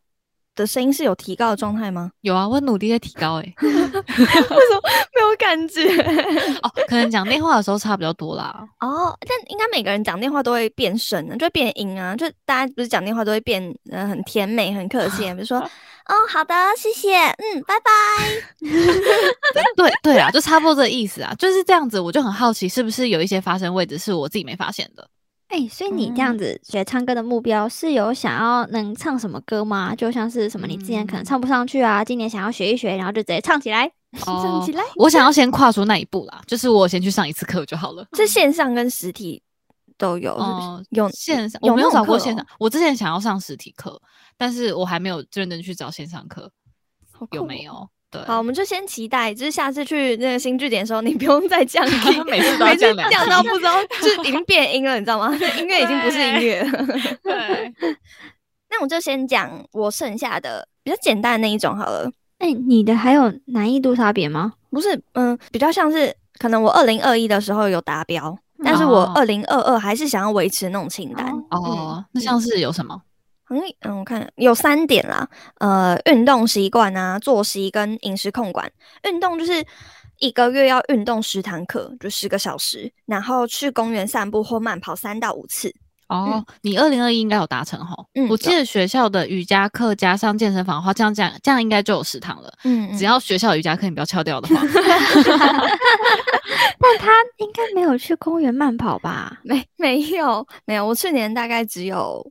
Speaker 2: 的声音是有提高的状态 [laughs] 吗？
Speaker 3: 有啊，我努力在提高哎、
Speaker 2: [laughs] 没有感觉
Speaker 3: [laughs] 哦，可能讲电话的时候差比较多啦。
Speaker 2: 哦。但应该每个人讲电话都会变声啊，就会变音啊。就大家不是讲电话都会变，呃，很甜美，很 [laughs] 客气，比如说，哦，好的，谢谢，嗯，拜拜。
Speaker 3: [laughs] 对对啊，就差不多这意思啊，就是这样子。我就很好奇，是不是有一些发声位置是我自己没发现的？
Speaker 1: 哎、所以你这样子学唱歌的目标是有想要能唱什么歌吗？就像是什么你之前可能
Speaker 3: 嗯
Speaker 1: 唱不上去啊，今年想要学一学，然后就直接唱起来。
Speaker 2: 站起来
Speaker 3: 我想要先跨出那一步啦，就是我先去上一次课就好了。
Speaker 2: 这线上跟实体都有，是不是
Speaker 3: 哦
Speaker 2: 有
Speaker 3: 线上，
Speaker 2: 有
Speaker 3: 我没有
Speaker 2: 那种
Speaker 3: 找过
Speaker 2: 课
Speaker 3: 线上
Speaker 2: 哦，
Speaker 3: 我之前想要上实体课，但是我还没有认真去找线上课，
Speaker 2: 好
Speaker 3: 有
Speaker 2: 酷
Speaker 3: 没
Speaker 2: 哦？
Speaker 3: 有？对，
Speaker 2: 好，我 [laughs] 们就先期待，就是下次去那个新据点的时候，你不用再 [laughs] 降 key，
Speaker 3: 每次都要
Speaker 2: 每次
Speaker 3: 降两
Speaker 2: 降到 [laughs]
Speaker 3: key
Speaker 2: 不知道，就是已经变音了，你知道
Speaker 3: [laughs]
Speaker 2: 吗？那音乐已经不是音乐了。嗯
Speaker 3: 对，
Speaker 2: [laughs] 那我就先讲我剩下的比较简单的那一种好了，
Speaker 1: 哎、你的还有难易度差别吗？
Speaker 2: 不是，嗯，比较像是可能我二零二一的时候有达标，但是我
Speaker 3: 哦
Speaker 2: 二零二二还是想要维持那种清单。
Speaker 1: 哦
Speaker 3: 哦，
Speaker 2: 嗯
Speaker 3: 那像是有什么？
Speaker 2: 很嗯，我看有三点啦，呃，运动习惯啊、作息跟饮食控管。运动就是一个月要运动十堂课，就十个小时，然后去公园散步或慢跑三到五次。
Speaker 3: 哦，你二零二一应该有达成吼。
Speaker 2: 嗯
Speaker 3: 我记得学校的瑜伽课加上健身房的话，这样这样这样应该就有食堂了。
Speaker 2: 嗯
Speaker 3: 只要学校有瑜伽课你不要翘掉的话，
Speaker 1: 但他应该没有去公园慢跑吧？
Speaker 2: [laughs] 没没有没有，我去年大概只有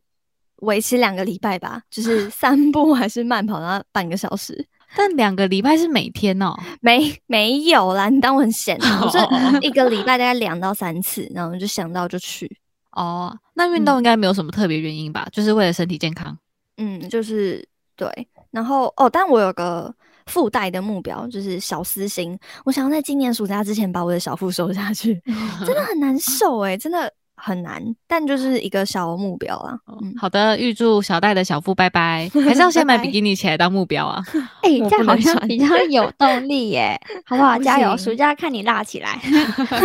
Speaker 2: 为期两个礼拜吧，就是
Speaker 3: 啊
Speaker 2: 散步还是慢跑，然后半个小时。
Speaker 3: [laughs] 但两个礼拜是每天哦。
Speaker 2: 没没有啦，你当我很闲啊？我
Speaker 3: 哦哦哦
Speaker 2: 是一个礼拜大概两到三次，然后就想到就去。
Speaker 3: 哦，那运动应该没有什么特别原因吧？就是为了身体健 [laughs] 康。
Speaker 2: 嗯，就是对，然后哦，但我有个附带的目标，就是小私心，我想要在今年暑假之前把我的小腹瘦下去，真
Speaker 3: 嗯
Speaker 2: 的很难瘦诶、真的很难，但就是一个小目标啊。嗯，
Speaker 3: 好的，预祝小戴的小腹拜 [laughs] 拜，还是要先买
Speaker 2: 拜拜
Speaker 3: 比基尼起来当目标啊！ [laughs]
Speaker 1: 哎、
Speaker 2: 我
Speaker 1: 这样
Speaker 2: 不
Speaker 1: 好
Speaker 2: 能
Speaker 1: 像
Speaker 2: 穿
Speaker 1: 比
Speaker 2: [laughs]
Speaker 1: 较有动力耶，好不好？
Speaker 2: 不
Speaker 1: 加油！
Speaker 2: 行
Speaker 1: 暑假看你辣起
Speaker 2: [laughs]
Speaker 1: 来。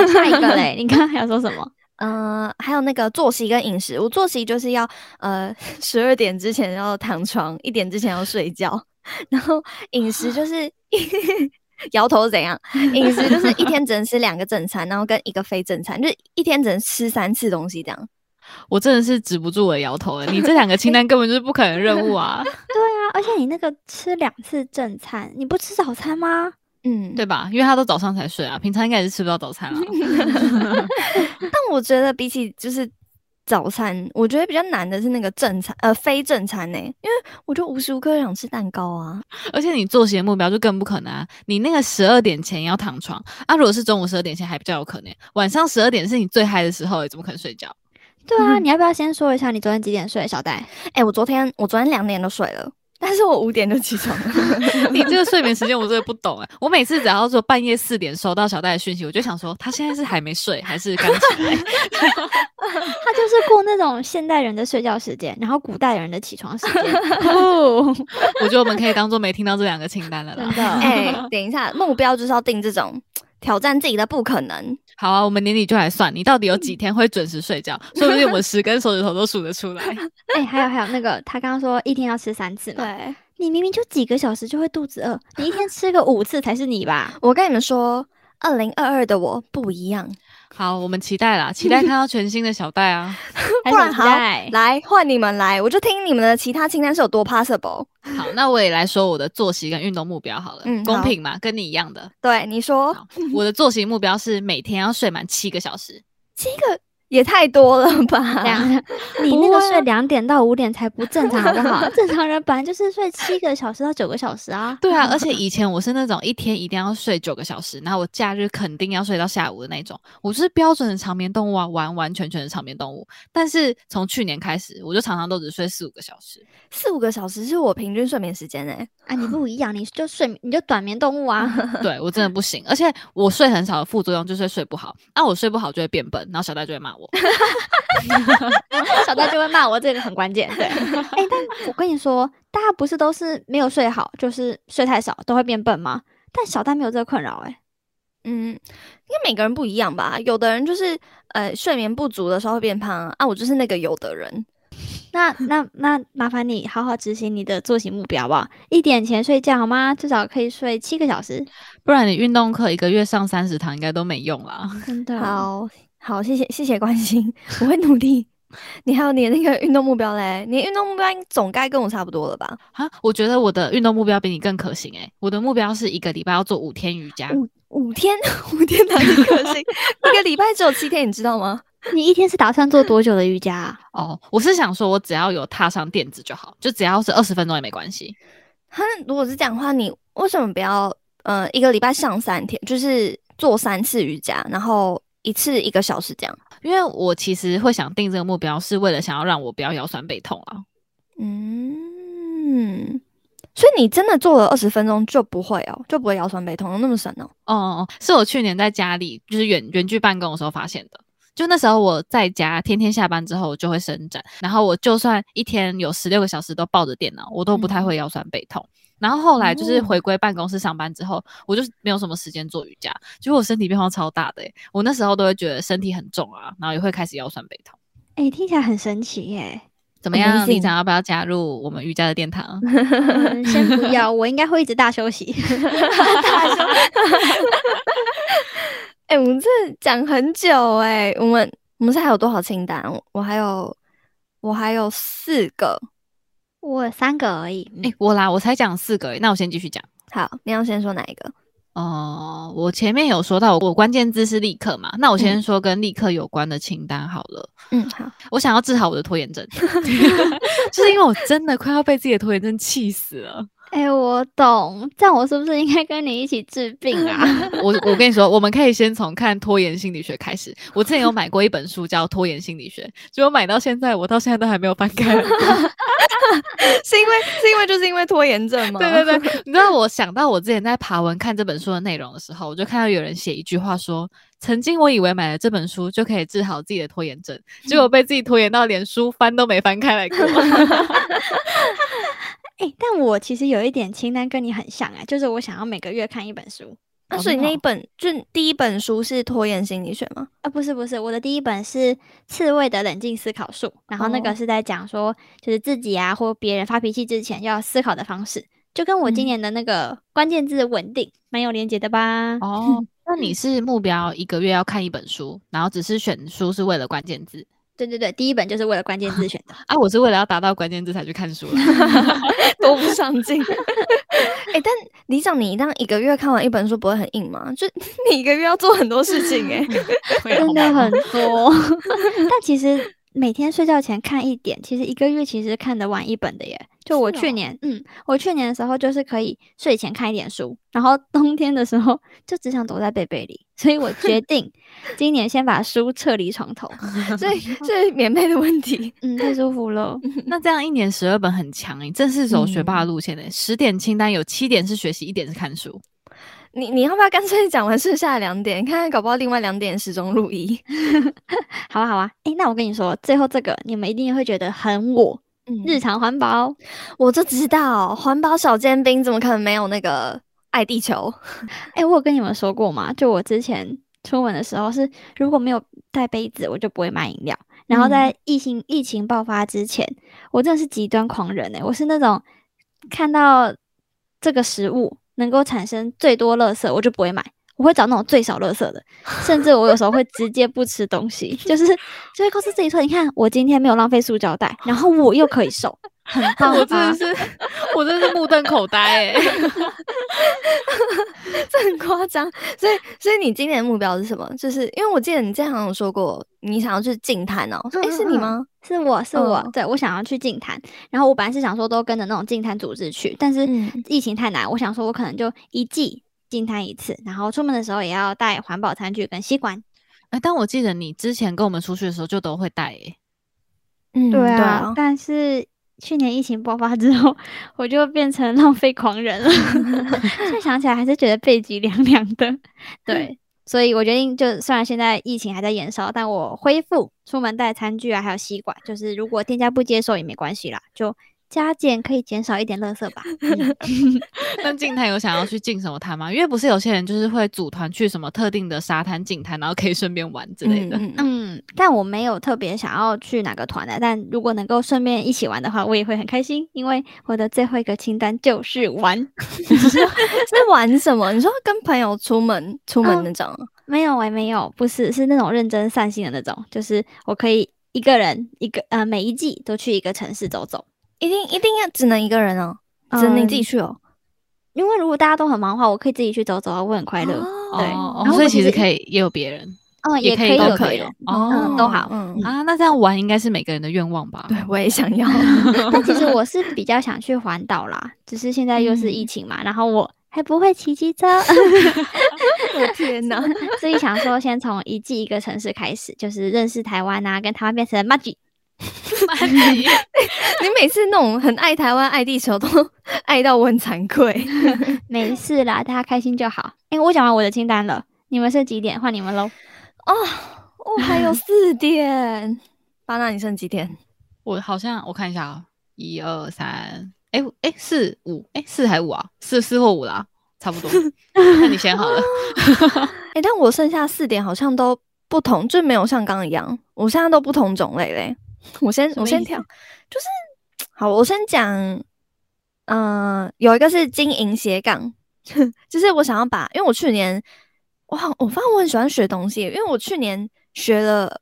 Speaker 1: 下一个嘞，你刚刚还要说什么？
Speaker 2: 呃，还有那个作息跟饮食，我作息就是要呃十二点之前要躺床，一点之前要睡觉，然后饮食就是 [laughs] 摇头是怎样？饮食就是一天只能吃两个正餐，然后跟一个非正餐，就是一天只能吃三次东西这样。
Speaker 3: 我真的是止不住我的摇头了，你这两个清单根本就是不可能任务 [laughs] 啊，
Speaker 1: [laughs] 对啊，而且你那个吃两次正餐，你不吃早餐吗？
Speaker 2: 嗯，
Speaker 3: 对。吧？因为他都早上才睡啊，平常应该也是吃不到早餐啊。
Speaker 2: 但我觉得比起就是早餐，我觉得比较难的是那个正餐，呃，非正餐呢、因为我就无时无刻想吃蛋糕啊。
Speaker 3: [laughs] 而且你作息的目标就更不可能啊！你那个十二点前要躺床啊，如果是中午十二点前还比较有可能，晚上十二点是你最嗨的时候，怎么可能睡觉？
Speaker 1: 对
Speaker 2: 嗯
Speaker 1: 啊，你要不要先说一下你昨天几点睡，小戴？
Speaker 2: 哎、我昨天我昨天两点就睡了，但是我五点就起床了。 [laughs]
Speaker 3: 你这个睡眠时间我真的不懂哎、我每次只要说半夜四点收到小戴的讯息，我就想说他现在是还没睡还是刚起来？ [laughs]
Speaker 1: 他就是过那种现代人的睡觉时间，然后古代人的起床时间。哦，
Speaker 3: 我觉得我们可以当做没听到这两个清单了
Speaker 1: 真
Speaker 3: 啦。
Speaker 1: [laughs] 的，
Speaker 2: 哎、等一下，目标就是要定这种挑战自己的不可能。
Speaker 3: 好啊，我们年底就来算，你到底有几天会准时睡觉？说不定我们十根手指头都数得出来。
Speaker 1: 哎、还有还有那个，他刚刚说一天要吃三次嘛，
Speaker 2: 对，
Speaker 1: 你明明就几个小时就会肚子饿，你一天吃个五次才是你 [laughs] 吧？
Speaker 2: 我跟你们说，二零二二的我不
Speaker 1: [laughs]
Speaker 2: 一样。
Speaker 3: 好，我们期待啦，期待看到全新的小戴啊！
Speaker 1: 还
Speaker 2: 不
Speaker 1: 是
Speaker 2: 然
Speaker 1: 你
Speaker 2: 好
Speaker 1: 在 [laughs]
Speaker 2: 来换你们来，我就听你们的其他清单是有多 possible。
Speaker 3: 好，那我也来说我的作息跟运动目标好了，
Speaker 2: 嗯
Speaker 3: 公
Speaker 2: 好
Speaker 3: 平嘛，跟你一样的。
Speaker 2: 对，你说 [laughs]
Speaker 3: 好我的作息目标是每天要睡满七个小时。
Speaker 2: 也太多
Speaker 1: [laughs]
Speaker 2: 了吧？
Speaker 1: 两，你
Speaker 3: 不
Speaker 1: 那
Speaker 3: 会
Speaker 1: 个
Speaker 3: 啊
Speaker 1: 睡两点到五点才不正常好不 [laughs] 好？正常人本来就是睡七个小时到九个小时啊。
Speaker 3: 对啊，而且以前我是那种一天一定要睡九个小时，然后我假日肯定要睡到下午的那种，我就是标准的长眠动物啊，完完全全的长眠动物。但是从去年开始，我就常常都只睡四五个小时。
Speaker 2: [laughs] 四五个小时是我平均睡眠时间哎、
Speaker 1: 啊，你不一样，你就睡你就短眠动物 [laughs] 啊。
Speaker 3: 对我真的不行，而且我睡很少的副作用就是睡不好，那、我睡不好就会变笨，然后小戴就会骂我。
Speaker 1: 小戴就会骂我，这个很关
Speaker 2: [laughs]
Speaker 1: 键。对，哎、但我跟你说，大家不是都是没有睡好，就是睡太少都会变笨吗？但小戴没有这个困扰、哎，
Speaker 2: 嗯，因为每个人不一样吧，有的人就是呃睡眠不足的时候会变胖啊，啊我就是那个有的人。
Speaker 1: [laughs] 那那那麻烦你好好执行你的作息目标好不好？一点前睡觉好吗？至少可以睡七个小时。
Speaker 3: 不然你运动课一个月上三十堂应该都没用啦。 [laughs]
Speaker 1: 真的好，
Speaker 2: 好好，谢谢谢谢关心，我会努力。你还有你的那个运动目标嘞？你的运动目标应总该跟我差不多了吧？
Speaker 3: 啊，我觉得我的运动目标比你更可行诶、我的目标是一个礼拜要做五天瑜伽。
Speaker 2: 五五天，五天哪里可行？一个礼拜只有七天，你知道吗？
Speaker 1: 你一天是打算做多久的瑜伽、啊？
Speaker 3: 哦，我是想说，我只要有踏上垫子就好，就只要是二十分钟也没关系。
Speaker 2: 他如果是这样的话，你为什么不要呃一个礼拜上三天，就是做三次瑜伽，然后一次一个小时这样？
Speaker 3: 因为我其实会想定这个目标，是为了想要让我不要腰酸背痛啊。
Speaker 2: 嗯，所以你真的做了二十分钟就不会哦，就不会腰酸背痛，那么神哦。
Speaker 3: 哦哦，是我去年在家里就是远远距办公的时候发现的。就那时候我在家，天天下班之后我就会伸展，然后我就算一天有十六个小时都抱着电脑，我都不太会腰酸背痛。然后后来就是
Speaker 2: 哦
Speaker 3: 回归办公室上班之后，我就没有什么时间做瑜伽，结果我身体变化超大的、欸，我那时候都会觉得身体很重啊，然后也会开始腰酸背痛。
Speaker 1: 哎、听起来很神奇耶、
Speaker 2: [laughs]
Speaker 3: 怎么样？你
Speaker 2: Amazing
Speaker 3: 想要不要加入我们瑜伽的殿堂？
Speaker 1: 嗯先不要，我应该会一直大休
Speaker 2: [laughs]
Speaker 1: 息。
Speaker 2: 哎、我们这讲很久哎、我们我们是还有多少清单？我我还有我还有四个。
Speaker 1: 我有三个而已，嗯
Speaker 3: 哎、我啦，我才讲四个欸、那我先继续讲。
Speaker 2: 好，你要先说哪一个？
Speaker 3: 哦、我前面有说到我关键字是立刻嘛，那我先
Speaker 2: 嗯
Speaker 3: 说跟立刻有关的清单好了。
Speaker 2: 嗯，好，
Speaker 3: 我想要治好我的拖延症，
Speaker 2: [laughs]
Speaker 3: 就是因为我真的快要被自己的拖延症气死了。
Speaker 1: 哎、我懂，这样我是不是应该跟你一起治病
Speaker 2: [laughs]
Speaker 1: 啊？
Speaker 3: 我我跟你说，我们可以先从看拖延心理学开始。我之前有买过一本书叫《拖延心理学》，结果买到现在，我到现在都还没有翻开来过。
Speaker 2: [laughs] 是因为是因为就是因为拖延症吗？
Speaker 3: 对
Speaker 2: [laughs]
Speaker 3: 对对，你知道我想到我之前在爬文看这本书的内容的时候，我就看到有人写一句话说：“曾经我以为买了这本书就可以治好自己的拖延症，结果被自己拖延到连书翻都没翻开来过。
Speaker 1: 哎、但我其实有一点清单跟你很像哎、就是我想要每个月看一本书
Speaker 2: [laughs] 那
Speaker 3: 哦
Speaker 2: 啊所以
Speaker 3: 真的
Speaker 2: 那一
Speaker 3: 哦
Speaker 2: 本就第一本书是拖延心理学吗？
Speaker 1: 啊，不是不是，我的第一本是《刺猬的冷静思考术》，然后那
Speaker 2: 哦
Speaker 1: 个是在讲说，就是自己啊或别人发脾气之前要思考的方式，就跟我今
Speaker 2: 嗯
Speaker 1: 年的那个关键字稳定蛮有连结的吧”？
Speaker 3: 哦，
Speaker 2: 嗯
Speaker 3: 那你是目标一个月要看一本书，然后只是选书是为了关键字
Speaker 1: 对对对，第一本就是为了关键字选的。
Speaker 3: 啊？我是为了要达到关键字才去看书啦。
Speaker 2: 多不上进。哎、但李长，你这样一个月看完一本书不会很硬吗？就 [laughs] 你一个月要做很多事情哎、
Speaker 3: 会
Speaker 1: 真
Speaker 3: 好
Speaker 1: 的
Speaker 3: 忙
Speaker 1: [laughs]
Speaker 3: 哦
Speaker 1: 很多。但其实每天睡觉前看一点，其实一个月其实看得完一本的耶。就我
Speaker 2: 是
Speaker 1: 去
Speaker 2: 哦
Speaker 1: 年，嗯，我去年的时候就是可以睡前看一点书，然后冬天的时候就只想躲在被被里，所以我决 [laughs] 定今年先把书撤离床 [laughs] 头，
Speaker 2: 所以所以棉被的问题，
Speaker 1: 嗯，太舒服了。
Speaker 3: [laughs] 那这样一年十二本很强诶、正是走学霸的
Speaker 2: 嗯
Speaker 3: 路线诶、欸十、点清单有七点是学习，一点是看书。
Speaker 2: 你你要不要干脆讲完剩下的两点，看看搞不好另外两点始终如一。
Speaker 1: 好啊，好啊，诶，那我跟你说，最后这个你们一定会觉得很我
Speaker 2: 嗯
Speaker 1: 日常环保，
Speaker 2: 我就知道环保小尖兵怎么可能没有那个爱地球？
Speaker 1: 哎、我有跟你们说过吗？就我之前出门的时候是，如果没有带杯子，我就不会买饮料。然
Speaker 3: 嗯
Speaker 1: 后在疫情疫情爆发之前，我真的是极端狂人哎、我是那种看到这个食物能够产生最多垃圾，我就不会买。我会找那种最少垃圾的，甚至我有时候会直接不吃东西，就是就会告诉自己说：“你看，我今天没有浪费塑胶袋，然后我又可以瘦，很棒
Speaker 3: [laughs] 我真
Speaker 1: 吧
Speaker 3: 的是，我真的是目瞪口呆诶、欸 [laughs]
Speaker 2: [laughs] 这很夸张。所以所以你今年的目标是什么？就是因为我记得你之前好像有说过，你想要去净滩哦。哎、
Speaker 1: 嗯
Speaker 2: 是你
Speaker 1: 嗯
Speaker 2: 吗？
Speaker 1: 是我是我，
Speaker 2: 嗯
Speaker 1: 对我想要去净滩，然后我本来是想说都跟着那种净滩组织去，但是
Speaker 2: 嗯
Speaker 1: 疫情太难，我想说我可能就一季净滩一次，然后出门的时候也要带环保餐具跟吸管。
Speaker 3: 哎，但我记得你之前跟我们出去的时候就都会带诶、欸
Speaker 2: 嗯，
Speaker 1: 对啊，但是去年疫情爆发之后， [laughs] 我就变成浪费狂人 [laughs] 了，现在想起来还是觉得背脊凉凉 [laughs] 的。对，所以我决定就虽然现在疫情还在延烧，但我恢复出门带餐具啊，还有吸管，就是如果店家不接受也没关系啦，就。加减可以减少一点垃 [laughs] 圾吧。嗯
Speaker 3: 那静 [laughs] 态有想要去进什么滩吗？因为不是有些人就是会组团去什么特定的沙滩静滩，然后可以顺便玩之类的。
Speaker 2: 嗯嗯
Speaker 1: 嗯，但我没有特别想要去哪个团的，但如果能够顺便一起玩的话，我也会很开心，因为我的最后一个清单就是玩。
Speaker 2: 是玩什么？你说跟朋友出门出门
Speaker 1: 嗯
Speaker 2: 那种？
Speaker 1: 没有，哎，没有，不是，是那种认真散心的那种，就是我可以一个人一个呃，每一季都去一个城市走走。
Speaker 2: 一定一定要只能一个人哦，只能你自己
Speaker 1: 嗯
Speaker 2: 去哦。
Speaker 1: 因为如果大家都很忙的话，我可以自己去走走啊，我很快乐。
Speaker 2: 哦
Speaker 1: 对
Speaker 3: 哦
Speaker 1: 然后
Speaker 3: 所以
Speaker 1: 我
Speaker 3: 其实
Speaker 1: 是
Speaker 3: 可以也有别人
Speaker 1: 嗯，
Speaker 3: 也
Speaker 1: 也
Speaker 3: 可以
Speaker 1: 以
Speaker 3: 都
Speaker 1: 有
Speaker 3: 可
Speaker 1: 别
Speaker 3: 以 [laughs]
Speaker 1: 人。
Speaker 3: 哦
Speaker 1: 嗯，都好。
Speaker 2: 嗯，
Speaker 3: 啊。那这样玩应该是每个人的愿望吧？ [laughs]
Speaker 2: 对，我也想要。
Speaker 1: 但其实 [laughs] 我是比较想去环岛啦，只是现在又是
Speaker 3: 嗯
Speaker 1: 疫情嘛，然后我还不会骑机车。
Speaker 3: [laughs]
Speaker 2: 我天哪！
Speaker 1: 所以想说，先从一季一个城市开始，就是认识台湾啊，跟台湾变成 magic。
Speaker 2: [laughs] 你每次那种很爱台湾、爱地球，都 [laughs] 爱到我很惭愧。
Speaker 1: [laughs] 没事啦，大家开心就好。哎、我讲完我的清单了，你们是几点？换你们喽。
Speaker 2: 哦，我还有四点。巴纳，你剩几点？
Speaker 3: 我好像我看一下啊，一二三，哎哎四五，哎四还五啊，四四或五啦，差不多。那你先好了，
Speaker 2: 哎、但我剩下四点好像都不同，就没有像刚刚一样，我现在都不同种类嘞。 [laughs] 我先
Speaker 3: 什
Speaker 2: 我
Speaker 3: 么
Speaker 2: 先
Speaker 3: 意思
Speaker 2: 挑，就是好，我先讲，嗯、有一个是经营斜杠， [laughs] 就是我想要把，因为我去年，我好，我发现我很喜欢学东西，因为我去年学了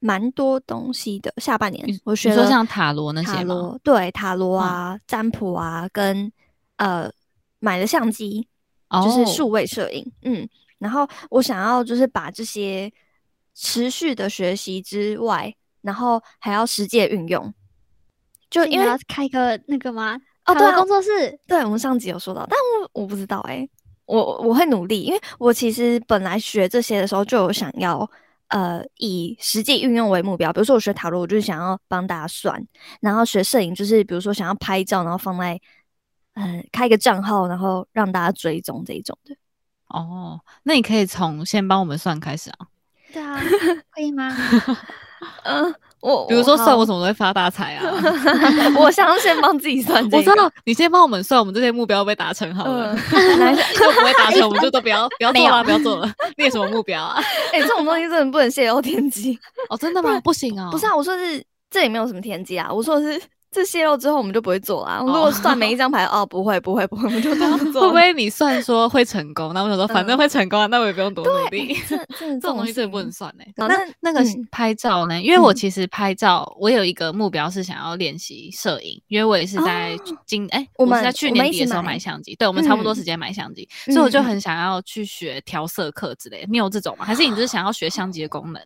Speaker 2: 蛮多东西的，下半年
Speaker 3: 你
Speaker 2: 我
Speaker 3: 你
Speaker 2: 学
Speaker 3: 说
Speaker 2: 了
Speaker 3: 像塔罗那
Speaker 2: 塔
Speaker 3: 些吗？
Speaker 2: 罗，对塔罗
Speaker 3: 嗯
Speaker 2: 啊、占卜啊，跟呃买了相机，
Speaker 3: 哦
Speaker 2: 就是数位摄影，嗯，然后我想要就是把这些持续的学习之外，然后还要实际的运用，就
Speaker 1: 所以
Speaker 2: 因
Speaker 1: 你
Speaker 2: 为
Speaker 1: 要开个那个吗？塔
Speaker 2: 哦对
Speaker 1: 罗
Speaker 2: 啊
Speaker 1: 工作室。
Speaker 2: 对我们上集有说到，但我我不知道哎、我我会努力，因为我其实本来学这些的时候就有想要。呃，以实际运用为目标，比如说我学塔罗，我就是想要帮大家算；然后学摄影，就是比如说想要拍照，然后放在呃开一个账号，然后让大家追踪这一种的。
Speaker 3: 哦，那你可以从先帮我们算开始啊，
Speaker 1: 对啊， [laughs] 可以吗？
Speaker 2: 嗯、我
Speaker 3: 比如说算我 [laughs]
Speaker 2: 好
Speaker 3: 怎么会发大财
Speaker 2: [laughs]
Speaker 3: 啊？
Speaker 2: 我想要先帮自己算这
Speaker 3: 我
Speaker 2: 个。
Speaker 3: 知道你先帮我们算，我们这些目标被达成好了。 [laughs]
Speaker 2: 嗯，
Speaker 3: 来，就不会达成，我们就都不
Speaker 2: [laughs]
Speaker 3: 要不要做了，不要做了。列什么目标啊？
Speaker 2: 哎、这种东西真的不能泄露天
Speaker 3: [laughs]
Speaker 2: 机。
Speaker 3: 哦，真的吗？不行哦，
Speaker 2: 不是啊，我说是这里没有什么天机啊，我说的是这泄露之后我们就不会做
Speaker 3: 哦
Speaker 2: 啦。我如
Speaker 3: [laughs]
Speaker 2: 果算每一张牌，哦，不会不会不会，我们就都不
Speaker 3: 会
Speaker 2: 做。
Speaker 3: 不会你算说会成功？那我想说，反正
Speaker 2: 嗯
Speaker 3: 会成功啊，那我也不用多努力。 [laughs]
Speaker 2: 这这
Speaker 3: 这种东西真的不
Speaker 2: 嗯
Speaker 3: 能算哎、
Speaker 2: 好
Speaker 3: 那
Speaker 2: 那
Speaker 3: 那个
Speaker 2: 嗯
Speaker 3: 拍照呢？因为我
Speaker 2: 嗯
Speaker 3: 其实拍照，我有一个目标是想要练习摄影，因为我也是在
Speaker 2: 哦
Speaker 3: 今哎、
Speaker 2: 我
Speaker 3: 是在
Speaker 2: 们
Speaker 3: 去
Speaker 2: 我
Speaker 3: 年
Speaker 2: 们一
Speaker 3: 底
Speaker 2: 起
Speaker 3: 的时候
Speaker 2: 买
Speaker 3: 买相机，对我们差不多
Speaker 2: 嗯
Speaker 3: 时间买相机，所以我就
Speaker 2: 嗯嗯
Speaker 3: 很想要去学调色课之类的。你有这种吗？还是你只是想要学相机的功能？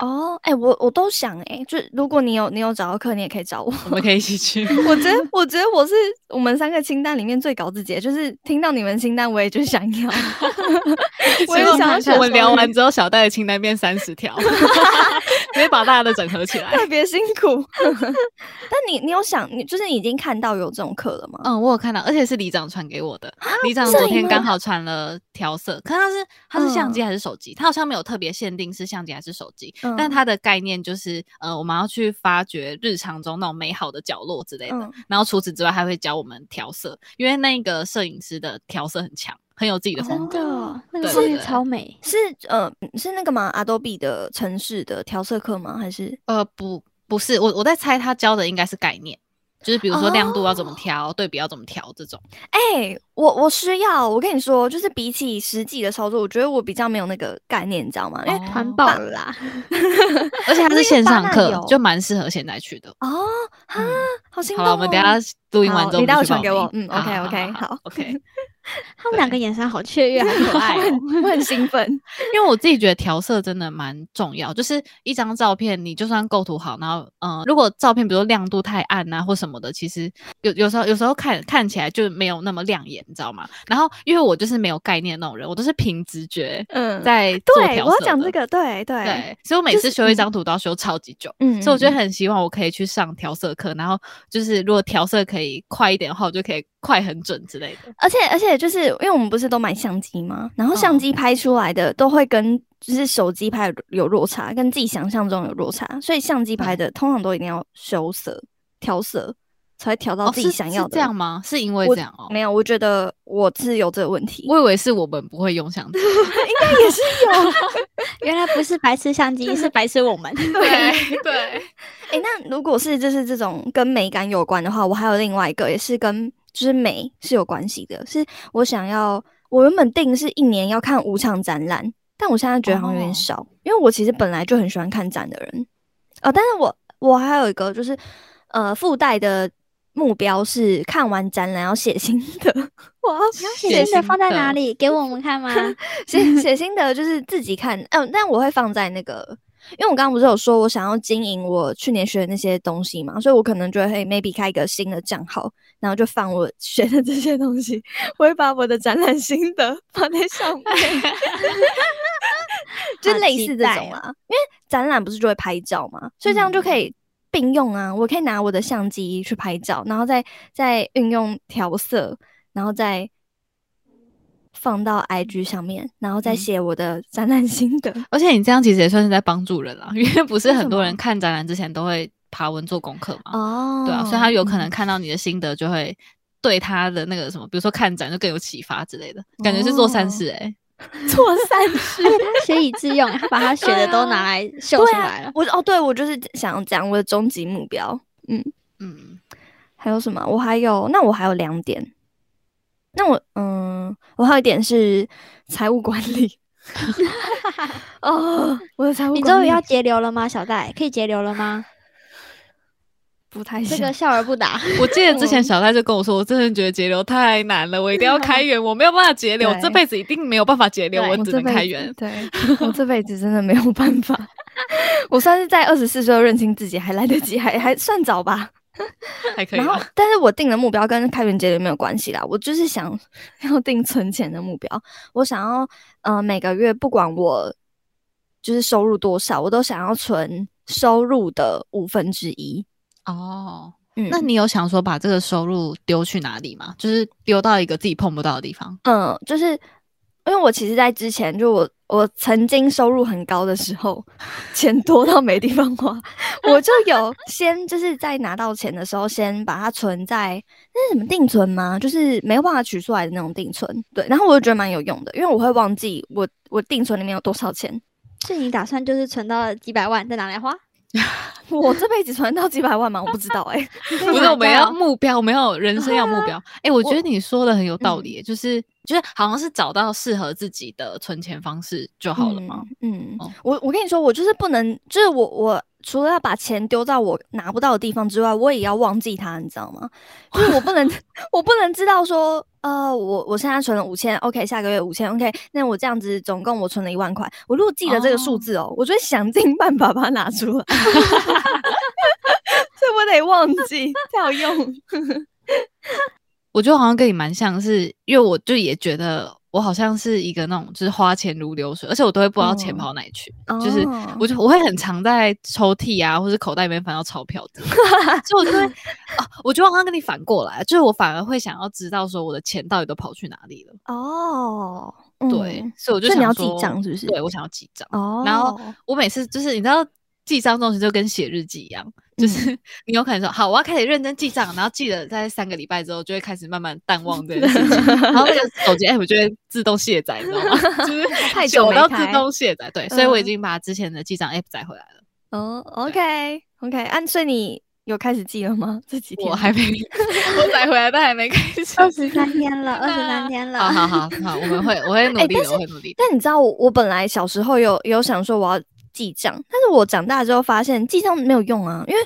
Speaker 2: 哦，哎、我我都想哎、就如果你有你有找到课，你也可以找
Speaker 3: [laughs]
Speaker 2: 我。
Speaker 3: 我们可以一起去。
Speaker 2: 我觉得我觉得我是我们三个清单里面最搞自己的，就是听到你们清单，我也就想要。 [laughs] 我也
Speaker 3: 结果
Speaker 2: 想要选
Speaker 3: 我们
Speaker 2: 手
Speaker 3: 聊
Speaker 2: 语
Speaker 3: 完之后，小戴的清单变三十条， [laughs] 直接把大家的整合起
Speaker 2: [laughs]
Speaker 3: 来。
Speaker 2: 特别辛苦。但你你有想，你就是你已经看到有这种课了吗？
Speaker 3: 嗯，我有看到，而且是里长传给我的。里长
Speaker 2: 摄
Speaker 3: 昨
Speaker 2: 影
Speaker 3: 天
Speaker 2: 啊吗
Speaker 3: 刚好传了调色，可是他是他是相机
Speaker 2: 嗯
Speaker 3: 还是手机？他好像没有特别限定是相机还是手机，
Speaker 2: 嗯
Speaker 3: 但他的概念就是，呃，我们要去发掘日常中那种美好的角落之类的。
Speaker 2: 嗯
Speaker 3: 然后除此之外，还会教我们调色，因为那个摄影师的调色很强，很有自己的
Speaker 1: 真
Speaker 3: 风格。
Speaker 1: 的哦，那个
Speaker 3: 对
Speaker 1: 画
Speaker 3: 对
Speaker 1: 面
Speaker 3: 对
Speaker 1: 超美。
Speaker 2: 嗯是呃是那个吗？Adobe 的城市的调色课吗？还是
Speaker 3: 呃，不，不是，我我在猜他教的应该是概念，就是比如说亮度要怎么
Speaker 2: 哦
Speaker 3: 调，对比要怎么调这种。
Speaker 2: 哎、我我需要，我跟你说，就是比起实际的操作，我觉得我比较没有那个概念，你知道吗？因为
Speaker 1: 团
Speaker 3: 哦
Speaker 1: 爆了啦！ [laughs]
Speaker 3: 而且它
Speaker 2: 那
Speaker 3: 是
Speaker 2: 个
Speaker 3: 线
Speaker 2: 巴
Speaker 3: 上
Speaker 2: 纳
Speaker 3: 课
Speaker 2: 有，
Speaker 3: 就蛮适合现在去的。
Speaker 2: 哦哈、
Speaker 3: 嗯
Speaker 2: 好心
Speaker 3: 好
Speaker 2: 动、
Speaker 3: 了，
Speaker 2: 哦。
Speaker 3: 我们等一下录音完
Speaker 2: 好
Speaker 3: 之后，
Speaker 2: 你待
Speaker 3: 我
Speaker 2: 会
Speaker 3: 们去
Speaker 2: 传给
Speaker 3: 报
Speaker 2: 我
Speaker 3: 名
Speaker 2: 嗯，OK，OK，好
Speaker 3: OK。
Speaker 1: 他们两个眼神好雀 [laughs] 跃，好可爱哦。
Speaker 2: 我很兴奋。
Speaker 3: 因为我自己觉得调色真的蛮重要，就是一张照片，你就算构图好，然后嗯、呃如果照片比如说亮度太暗啊或什么的，其实有有时候有时候看看起来就没有那么亮眼，你知道吗？然后因为我就是没有概念的那种人，我都是凭直觉
Speaker 2: 嗯，
Speaker 3: 在做
Speaker 2: 对，
Speaker 3: 调
Speaker 2: 我要
Speaker 3: 色
Speaker 2: 讲
Speaker 3: 的
Speaker 2: 这个，对对
Speaker 3: 对，所以我每
Speaker 2: 就
Speaker 3: 次
Speaker 2: 是
Speaker 3: 修一
Speaker 2: 嗯
Speaker 3: 张图都要修超级久。
Speaker 2: 嗯，
Speaker 3: 所以我觉
Speaker 2: 嗯
Speaker 3: 得很希望我可以去上调色课，然后就是如果调色可以快一点的话，我就可以快很准之类的。
Speaker 2: 而且而且就是因为我们不是都买相机吗？然后
Speaker 3: 嗯
Speaker 2: 相机拍出来的都会跟就是手机拍有落差，跟自己想象中有落差，所以相机拍
Speaker 3: 嗯
Speaker 2: 的通常都一定要修色、调色，才会调到
Speaker 3: 哦，
Speaker 2: 自
Speaker 3: 是
Speaker 2: 己想要
Speaker 3: 是
Speaker 2: 的。
Speaker 3: 这样吗？是因为
Speaker 2: 我
Speaker 3: 这样哦。
Speaker 2: 没有，我觉得我是有这个问题。
Speaker 3: 我以为是我们不会用相机，
Speaker 2: 也是有。
Speaker 1: 原来不是白痴相 [laughs] 机，是白痴我们。 [laughs]
Speaker 3: 对
Speaker 2: [laughs]
Speaker 3: 对，
Speaker 2: 哎、那如果是就是这种跟美感有关的话，我还有另外一个也是跟就是美是有关系的，是我想要我原本定是一年要看五场展览，但我现在觉得好像有
Speaker 3: 哦
Speaker 2: 点少，因为我其实本来就很喜欢看展的人，哦，但是我我还有一个就是呃附带的目标是看完展览要写心得， [laughs] 我要
Speaker 1: 你要
Speaker 3: 写
Speaker 1: 写真的
Speaker 3: 心
Speaker 1: 放在
Speaker 3: 得
Speaker 1: 哪里？给我们 [laughs] 看吗？
Speaker 2: 写写心得就是自己看，嗯，但我会放在那个，因为我刚刚不是有说我想要经营我去年学的那些东西嘛，所以我可能就会 maybe 开一个新的账号，然后就放我学的这些东西，我会把我的展览心得放在上
Speaker 1: [laughs]
Speaker 2: 面，就
Speaker 1: 好
Speaker 2: 类
Speaker 1: 期
Speaker 2: 似这
Speaker 1: 待
Speaker 2: 种
Speaker 1: 哦
Speaker 2: 啦，因为展览不是就会拍照嘛，所以这样就可以。并用啊，我可以拿我的相机去拍照，然后再再运用调色，然后再放到 IG 上面，然后再
Speaker 3: 嗯
Speaker 2: 写我的展览心得。
Speaker 3: 而且你这样其实也算是在帮助人啦，因为不是
Speaker 2: 为
Speaker 3: 很
Speaker 2: 什
Speaker 3: 多
Speaker 2: 么
Speaker 3: 人看展览之前都会爬文做功课嘛，
Speaker 2: 哦
Speaker 3: 对啊，所以他有可能
Speaker 2: 嗯
Speaker 3: 看到你的心得就会对他的那个什么，比如说看展就更有启发之类的，感觉是做善
Speaker 2: 哦
Speaker 3: 事哎、
Speaker 2: 做
Speaker 1: [laughs]
Speaker 2: 善事。
Speaker 1: 而且他学以致用，他把 [laughs] 他学的都拿来秀
Speaker 2: 对
Speaker 1: 出来
Speaker 2: 啊
Speaker 1: 了，。
Speaker 2: 我哦，对我就是想要讲我的终极目标。 [laughs]
Speaker 3: 嗯，
Speaker 2: 还有什么？我还有，那我还有两点。那我嗯，我还有一点是财务管理。 [laughs] 哦，我的财务
Speaker 1: 你
Speaker 2: 管
Speaker 1: 终于
Speaker 2: 理
Speaker 1: 要节流了吗，小戴？可以节流了吗？
Speaker 2: 不太
Speaker 1: 这
Speaker 2: 行
Speaker 1: [laughs] 个笑而不答。
Speaker 3: 我记得之前
Speaker 2: 嗯
Speaker 3: 小戴就跟我说，我真的觉得节流太难了，我一定要开源，我没有办法节流，我这
Speaker 2: 对
Speaker 3: 辈子一定没有办法节流，
Speaker 1: 对
Speaker 3: 我
Speaker 2: 我
Speaker 3: 只
Speaker 2: 这
Speaker 3: 能
Speaker 2: 辈
Speaker 3: 开
Speaker 2: 子。 [laughs]
Speaker 3: 源 [laughs]
Speaker 2: 对我这辈子真的没有办法， [laughs] 我算是在二十四岁就认清自己，还来得及，还还算早吧。
Speaker 3: 还可以
Speaker 2: 然后
Speaker 3: 吧？，
Speaker 2: 但是我定的目标跟开源节流没有关系啦，我就是想要定存钱的目标，我想要呃每个月不管我就是收入多少，我都想要存收入的五分之一。
Speaker 3: 哦，
Speaker 2: 嗯，
Speaker 3: 那你有想说把这个收入丢去哪里吗？就是丢到一个自己碰不到的地方。
Speaker 2: 嗯，就是因为我其实，在之前就我我曾经收入很高的时候，钱多到没地方花，我就有先就是在拿到钱的时候，先把它存在那是什么定存吗？就是没有办法取出来的那种定存。对，然后我就觉得蛮有用的，因为我会忘记我我定存里面有多少钱。 [laughs]
Speaker 1: 是你打算就是存到几百万再拿来花？
Speaker 2: 我这辈子存到几百万吗？我不知道哎、
Speaker 3: [laughs] 不是，我们要目标，我们要有人生要目标。哎、我觉
Speaker 2: 我嗯
Speaker 3: 得你说的很有道理耶，就是就是好像是找到适合自己的存钱方式就好了嘛。
Speaker 2: 嗯，嗯
Speaker 3: 哦
Speaker 2: 我我跟你说，我就是不能，就是我我除了要把钱丢到我拿不到的地方之外，我也要忘记它，你知道吗？就是我不
Speaker 3: [laughs]
Speaker 2: 能，我不能知道说，呃，我我现在存了五千，OK，下个月五千，OK，那我这样子总共我存了一万块，我如果记得这个数字哦，我就会想尽办法把它拿出
Speaker 3: [laughs]
Speaker 2: 来，所以我得忘
Speaker 3: [laughs]
Speaker 2: 记才有用。
Speaker 3: 我觉得好像跟你蛮像是，因为我就也觉得我好像是一个那种就是花钱如流水，而且我都会不知道钱
Speaker 2: 哦
Speaker 3: 跑哪里去，就是
Speaker 2: 哦
Speaker 3: 我就我会很常在抽屉啊或是口袋里面翻到钞票的，所以我
Speaker 2: [laughs]
Speaker 3: 就会啊，我觉得我好像跟你反过来，就是我反而会想要知道说我的钱到底都跑去哪里了，
Speaker 2: 哦，
Speaker 3: 对，
Speaker 2: 嗯
Speaker 3: 所以我就
Speaker 2: 所以
Speaker 3: 想
Speaker 2: 你要记
Speaker 3: 说
Speaker 2: 账是不是
Speaker 3: 对我想要记账，
Speaker 2: 哦，
Speaker 3: 然后我每次就是你知道。记账这种东西就跟写日记一样，就
Speaker 2: 嗯
Speaker 3: 是 [laughs] 你有可能说好，我要开始认真记账，然后记得在三个礼拜之后就会开始慢慢淡忘这
Speaker 2: [laughs]
Speaker 3: 件事情，然后那个手机 app 就会自动卸载，你知道吗？ [laughs] 就是
Speaker 2: [laughs] 太久
Speaker 3: 久
Speaker 2: 没
Speaker 3: 到自
Speaker 2: 开
Speaker 3: 动卸载，对，所以我已
Speaker 2: 嗯
Speaker 3: 经把之前的记账 app 载回来了，
Speaker 2: 哦，OK OK，啊，所以你有开始记了吗？这几天
Speaker 3: 我还没 [laughs] 我载回来，但还没开
Speaker 2: [laughs]
Speaker 3: 始。
Speaker 1: 二十三天了，二十 [laughs] 三天
Speaker 3: 好
Speaker 1: 了。
Speaker 3: 好好好，我们会
Speaker 2: [laughs]
Speaker 3: 我会努
Speaker 2: 哎
Speaker 3: 力
Speaker 2: 但
Speaker 3: 的，我会努力的。
Speaker 2: 但你知道我，我本来小时候有有想说我要记账，但是我长大之后发现记账没有用啊，因为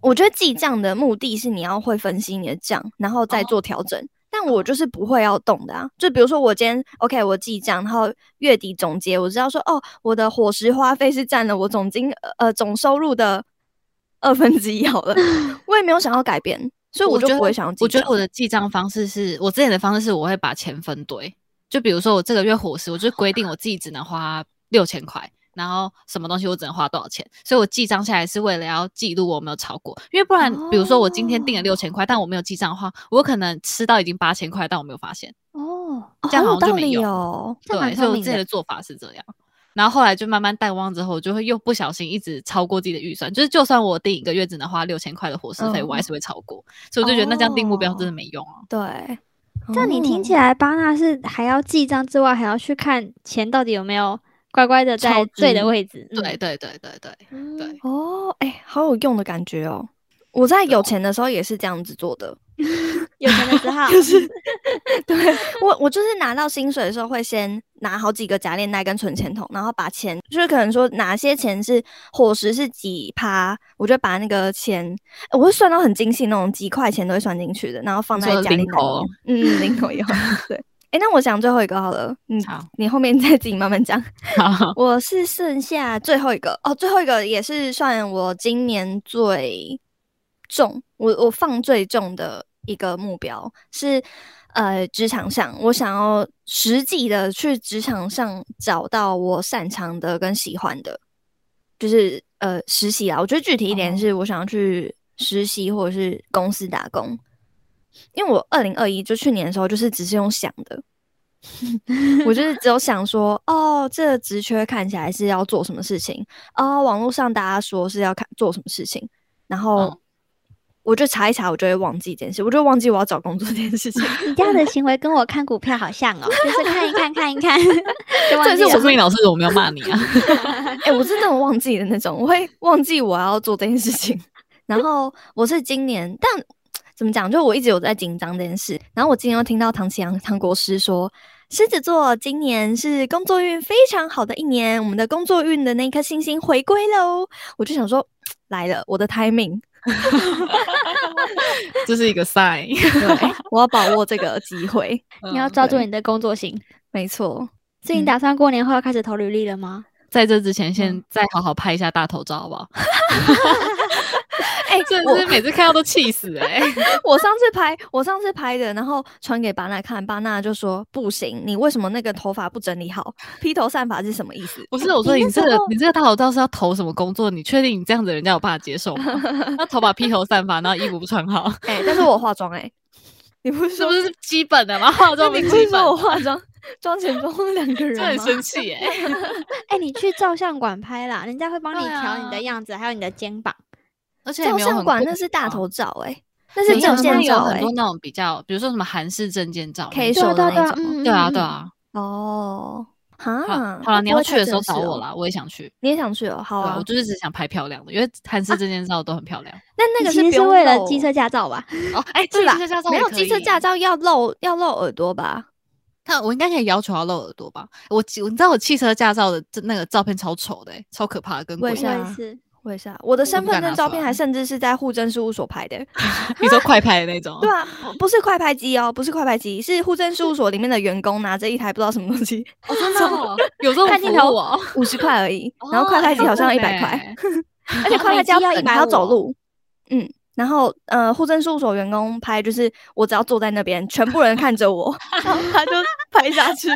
Speaker 2: 我觉得记账的目的是你要会分析你的账，然后再
Speaker 3: 哦
Speaker 2: 做调整。但我就是不会要动的啊，就比如说我今天 OK，我记账，然后月底总结，我知道说哦，我的伙食花费是占了我总金呃总收入的二分之一
Speaker 3: [laughs]
Speaker 2: 好了，我也没有想要改变，所以我就
Speaker 3: 觉得
Speaker 2: 不会想要记账。
Speaker 3: 我觉得我的记账方式是我之前的方式是，我会把钱分堆。就比如说我这个月伙食，我就规定我自己只能花六千块，然后什么东西我只能花多少钱，所以我记账下来是为了要记录我有没有超过。因为不然，比如说我今天定了六千块，但我没有记账的话，我可能吃到已经八千块，但我没有发现。
Speaker 1: 哦，
Speaker 2: 哦
Speaker 3: 这样
Speaker 2: 好有
Speaker 3: 好像就
Speaker 2: 道
Speaker 3: 没
Speaker 2: 理
Speaker 3: 用
Speaker 2: 哦，
Speaker 1: 这蛮
Speaker 3: 对，所
Speaker 1: 聪
Speaker 3: 以我
Speaker 1: 明
Speaker 3: 之
Speaker 1: 的
Speaker 3: 前的做法是这样。然后后来就慢慢淡忘之后，我就会又不小心一直超过自己的预算，就是就算我定一个月只能花六千块的伙食费，我还
Speaker 2: 嗯
Speaker 3: 是会超过，所以我就觉得那这样定目标
Speaker 2: 哦
Speaker 3: 真的没用啊。
Speaker 2: 对。
Speaker 1: 这样你听
Speaker 2: 哦
Speaker 1: 起来，巴纳是还要记账之外，还要去看钱到底有没有乖乖的在
Speaker 2: 超
Speaker 1: 对
Speaker 2: 支
Speaker 1: 的位置。嗯
Speaker 3: 对，对对对对，对
Speaker 1: 嗯
Speaker 2: 哦，哎、好有用的感觉哦！我在有钱的时候也是这样子做的，
Speaker 1: 有钱的时候
Speaker 2: 对我，我就是拿到薪水的时候会先拿好几个假链袋跟存钱筒，然后把钱就是可能说哪些钱是伙食是几趴，我就把那个钱，我会算到很精细那种几块钱都会算进去的，然后放
Speaker 3: 你
Speaker 2: 在
Speaker 3: 说
Speaker 2: 假链
Speaker 3: 零
Speaker 2: 袋里
Speaker 3: 头
Speaker 2: 面，嗯，零头有对。哎、那我想最后一个好了，嗯
Speaker 3: 好，
Speaker 2: 你后面再自己慢慢讲。
Speaker 3: [laughs] 好，
Speaker 2: [laughs] 我是剩下最后一个哦，最后一个也是算我今年最重，我我放最重的一个目标是，呃，职场上我想要实际的去职场上找到我擅长的跟喜欢的，就是呃实习啊。我觉得具体一点
Speaker 3: 哦
Speaker 2: 是我想要去实习或者是公司打工，因为我二零二一就去年的时候就是只是用想的，我就是只有想说，哦，这个职缺看起来是要做什么事情，哦，网络上大家说是要看做什么事情，然后
Speaker 3: 嗯
Speaker 2: 我就查一查，我就会忘记这件事，我就忘记我要找工作这件事情。
Speaker 1: 你这样的行为跟我看股票好像哦，就是看一看，看一
Speaker 2: [laughs]
Speaker 1: 看，就忘
Speaker 2: 这
Speaker 1: 记
Speaker 2: 是嗯
Speaker 3: 说
Speaker 1: 了
Speaker 3: 不定老师我没有骂你啊。 [laughs]
Speaker 2: 哎、我是那种忘记的那种，我会忘记我要做这件事情。 [laughs] 然后我是今年，但怎么讲，就我一直有在紧张这件事。然后我今天又听到唐启阳唐国师说，狮子座今年是工作运非常好的一年，我们的工作运的那颗星星回归喽。我就想说，来了，我的 timing，
Speaker 3: 这是一个 sign，
Speaker 2: 对，我要把握这个机会。
Speaker 1: 你要
Speaker 3: [laughs] 嗯
Speaker 1: 抓住
Speaker 2: 对
Speaker 1: 你的工作型。
Speaker 2: 没错，
Speaker 1: 所以你
Speaker 2: 嗯
Speaker 1: 打算过年后要开始投履历了吗？
Speaker 3: 在这之前先再好好拍一下大头照，好不好？
Speaker 2: 哎、
Speaker 3: [laughs] 真
Speaker 2: 我
Speaker 3: 的是每次看到都气死哎、
Speaker 2: [laughs] 我上次拍，我上次拍的，然后传给巴纳看，巴纳就说不行，你为什么那个头发不整理好？披头散发是什么意思？
Speaker 3: [laughs] 不是，我说
Speaker 1: 你
Speaker 3: 你
Speaker 1: 那时
Speaker 3: 这个
Speaker 1: 候
Speaker 3: 你这个大头照是要投什么工作？你确定你这样子人家有办法接受 [laughs] 吗？那头发披头散发，然后衣服不穿好，
Speaker 2: 哎、但是我有化妆哎、
Speaker 3: [laughs]
Speaker 2: 你不是
Speaker 3: 是
Speaker 2: 说
Speaker 3: 不是基本的吗？ [laughs] 化妆
Speaker 2: 你
Speaker 3: 品
Speaker 2: 不
Speaker 3: 基
Speaker 2: 是
Speaker 3: 本
Speaker 2: 说我，化妆 [laughs] 妆前妆后两个
Speaker 3: 就
Speaker 2: 人
Speaker 3: 很
Speaker 2: 吗？
Speaker 3: 生气哎、
Speaker 1: 哎、你去照相馆拍啦，人家会帮你
Speaker 3: 对
Speaker 1: 调你的
Speaker 3: 啊
Speaker 1: 样子，还有你的肩膀。
Speaker 3: [laughs] 而且也
Speaker 2: 照
Speaker 3: 没有
Speaker 2: 相
Speaker 3: 很
Speaker 2: 馆
Speaker 3: 贵啊
Speaker 2: 那是大头照哎、那
Speaker 3: 没
Speaker 2: 是证
Speaker 3: 有，它
Speaker 2: 件
Speaker 3: 有
Speaker 2: 照哎、
Speaker 3: 很多那种比较，比如说什么韩式证件照那
Speaker 2: 可以
Speaker 3: 种，
Speaker 2: 手的那种。
Speaker 1: 嗯
Speaker 3: 对啊
Speaker 1: 嗯
Speaker 3: 对
Speaker 1: 嗯
Speaker 3: 啊。
Speaker 2: 哦，
Speaker 3: 好
Speaker 2: 哈，
Speaker 3: 好了，你
Speaker 2: 那不
Speaker 3: 要
Speaker 2: 会
Speaker 3: 去
Speaker 2: 太
Speaker 3: 的时候
Speaker 2: 正
Speaker 3: 找
Speaker 2: 式
Speaker 3: 我
Speaker 2: 哦
Speaker 3: 啦，我也想去。
Speaker 2: 你也想去哦？好
Speaker 3: 对啊，
Speaker 2: 啊
Speaker 3: 我，就是只想拍漂亮的，因为韩式证件照都很漂 [laughs] 亮。
Speaker 2: 那那
Speaker 1: 你
Speaker 2: 个
Speaker 1: 其实
Speaker 2: 不
Speaker 1: 是
Speaker 2: 用
Speaker 1: 为了
Speaker 2: 露
Speaker 1: 机车驾照吧？
Speaker 3: 哦，哎，
Speaker 2: 对吧
Speaker 3: 机车驾照
Speaker 2: 没
Speaker 3: 我
Speaker 2: 有
Speaker 3: 可
Speaker 2: 机车
Speaker 3: 以
Speaker 2: 驾，照要露要露耳朵吧？
Speaker 3: 他我应该可以要求要露耳朵吧？我记我你知道我汽车驾照的这那个照片超丑的、欸，超可怕的，跟
Speaker 2: 我
Speaker 3: 鬼
Speaker 2: 也
Speaker 3: 一
Speaker 2: 是
Speaker 3: [laughs] 样。
Speaker 2: 啊
Speaker 1: 是，
Speaker 2: 我也是啊，我的身
Speaker 3: 不
Speaker 2: 份
Speaker 3: 敢
Speaker 2: 证
Speaker 3: 拿
Speaker 2: 照
Speaker 3: 出
Speaker 2: 片
Speaker 3: 来
Speaker 2: 还甚至是在户政事务所拍的。
Speaker 3: 你说快拍的那 [laughs] 种，
Speaker 2: 对啊，不不是快拍机哦，不是快拍机，是户政事务所里面的员工拿着一台不知道什么东西，
Speaker 3: 哦，真的哦有 [laughs] 这种
Speaker 2: 看
Speaker 3: 服
Speaker 2: 镜头
Speaker 3: 务哦，欸
Speaker 2: 五十块而已，然后快拍机好像要一百块，而且快
Speaker 1: 快拍
Speaker 2: 拍机
Speaker 1: 机要
Speaker 2: 等
Speaker 1: 150
Speaker 2: 还要走路。嗯，然后呃，户政事务所员工拍就是我只要坐在那边，全部人看着我，然后他就拍下去，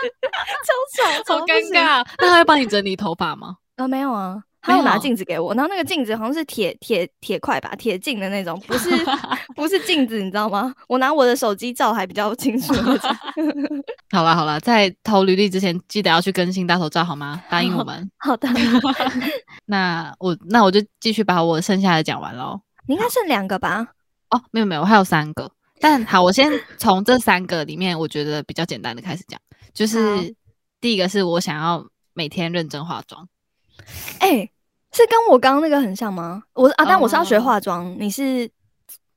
Speaker 2: 超爽，
Speaker 3: [laughs] 好
Speaker 2: 超不
Speaker 3: 尴
Speaker 2: 行。
Speaker 3: 尬。那他会帮你整理头发吗？
Speaker 2: 呃，没有啊，
Speaker 3: 没
Speaker 2: 他有拿
Speaker 3: 有
Speaker 2: 镜子给我，然后那个镜子好像是铁铁铁块吧，铁镜的那种，不是不是镜子，你知道吗？我拿我的手机照还比较清楚那种。 [laughs]
Speaker 3: 好啦好啦，在投履历之前记得要去更新大头照好吗？答应
Speaker 1: [laughs]
Speaker 3: 我们。
Speaker 2: 好的，
Speaker 3: 那我那我就继续把我剩下的讲完喽。
Speaker 2: 你应该剩两个吧？
Speaker 3: 哦，没有没有，我还有三个。但好，我先从这三个里面，我觉得比较简单的开始讲，就
Speaker 2: 好
Speaker 3: 是第一个是我想要每天认真化妆，
Speaker 2: 哎、是跟我刚刚那个很像吗？我是啊，但我是要学
Speaker 3: 哦
Speaker 2: 化妆，你是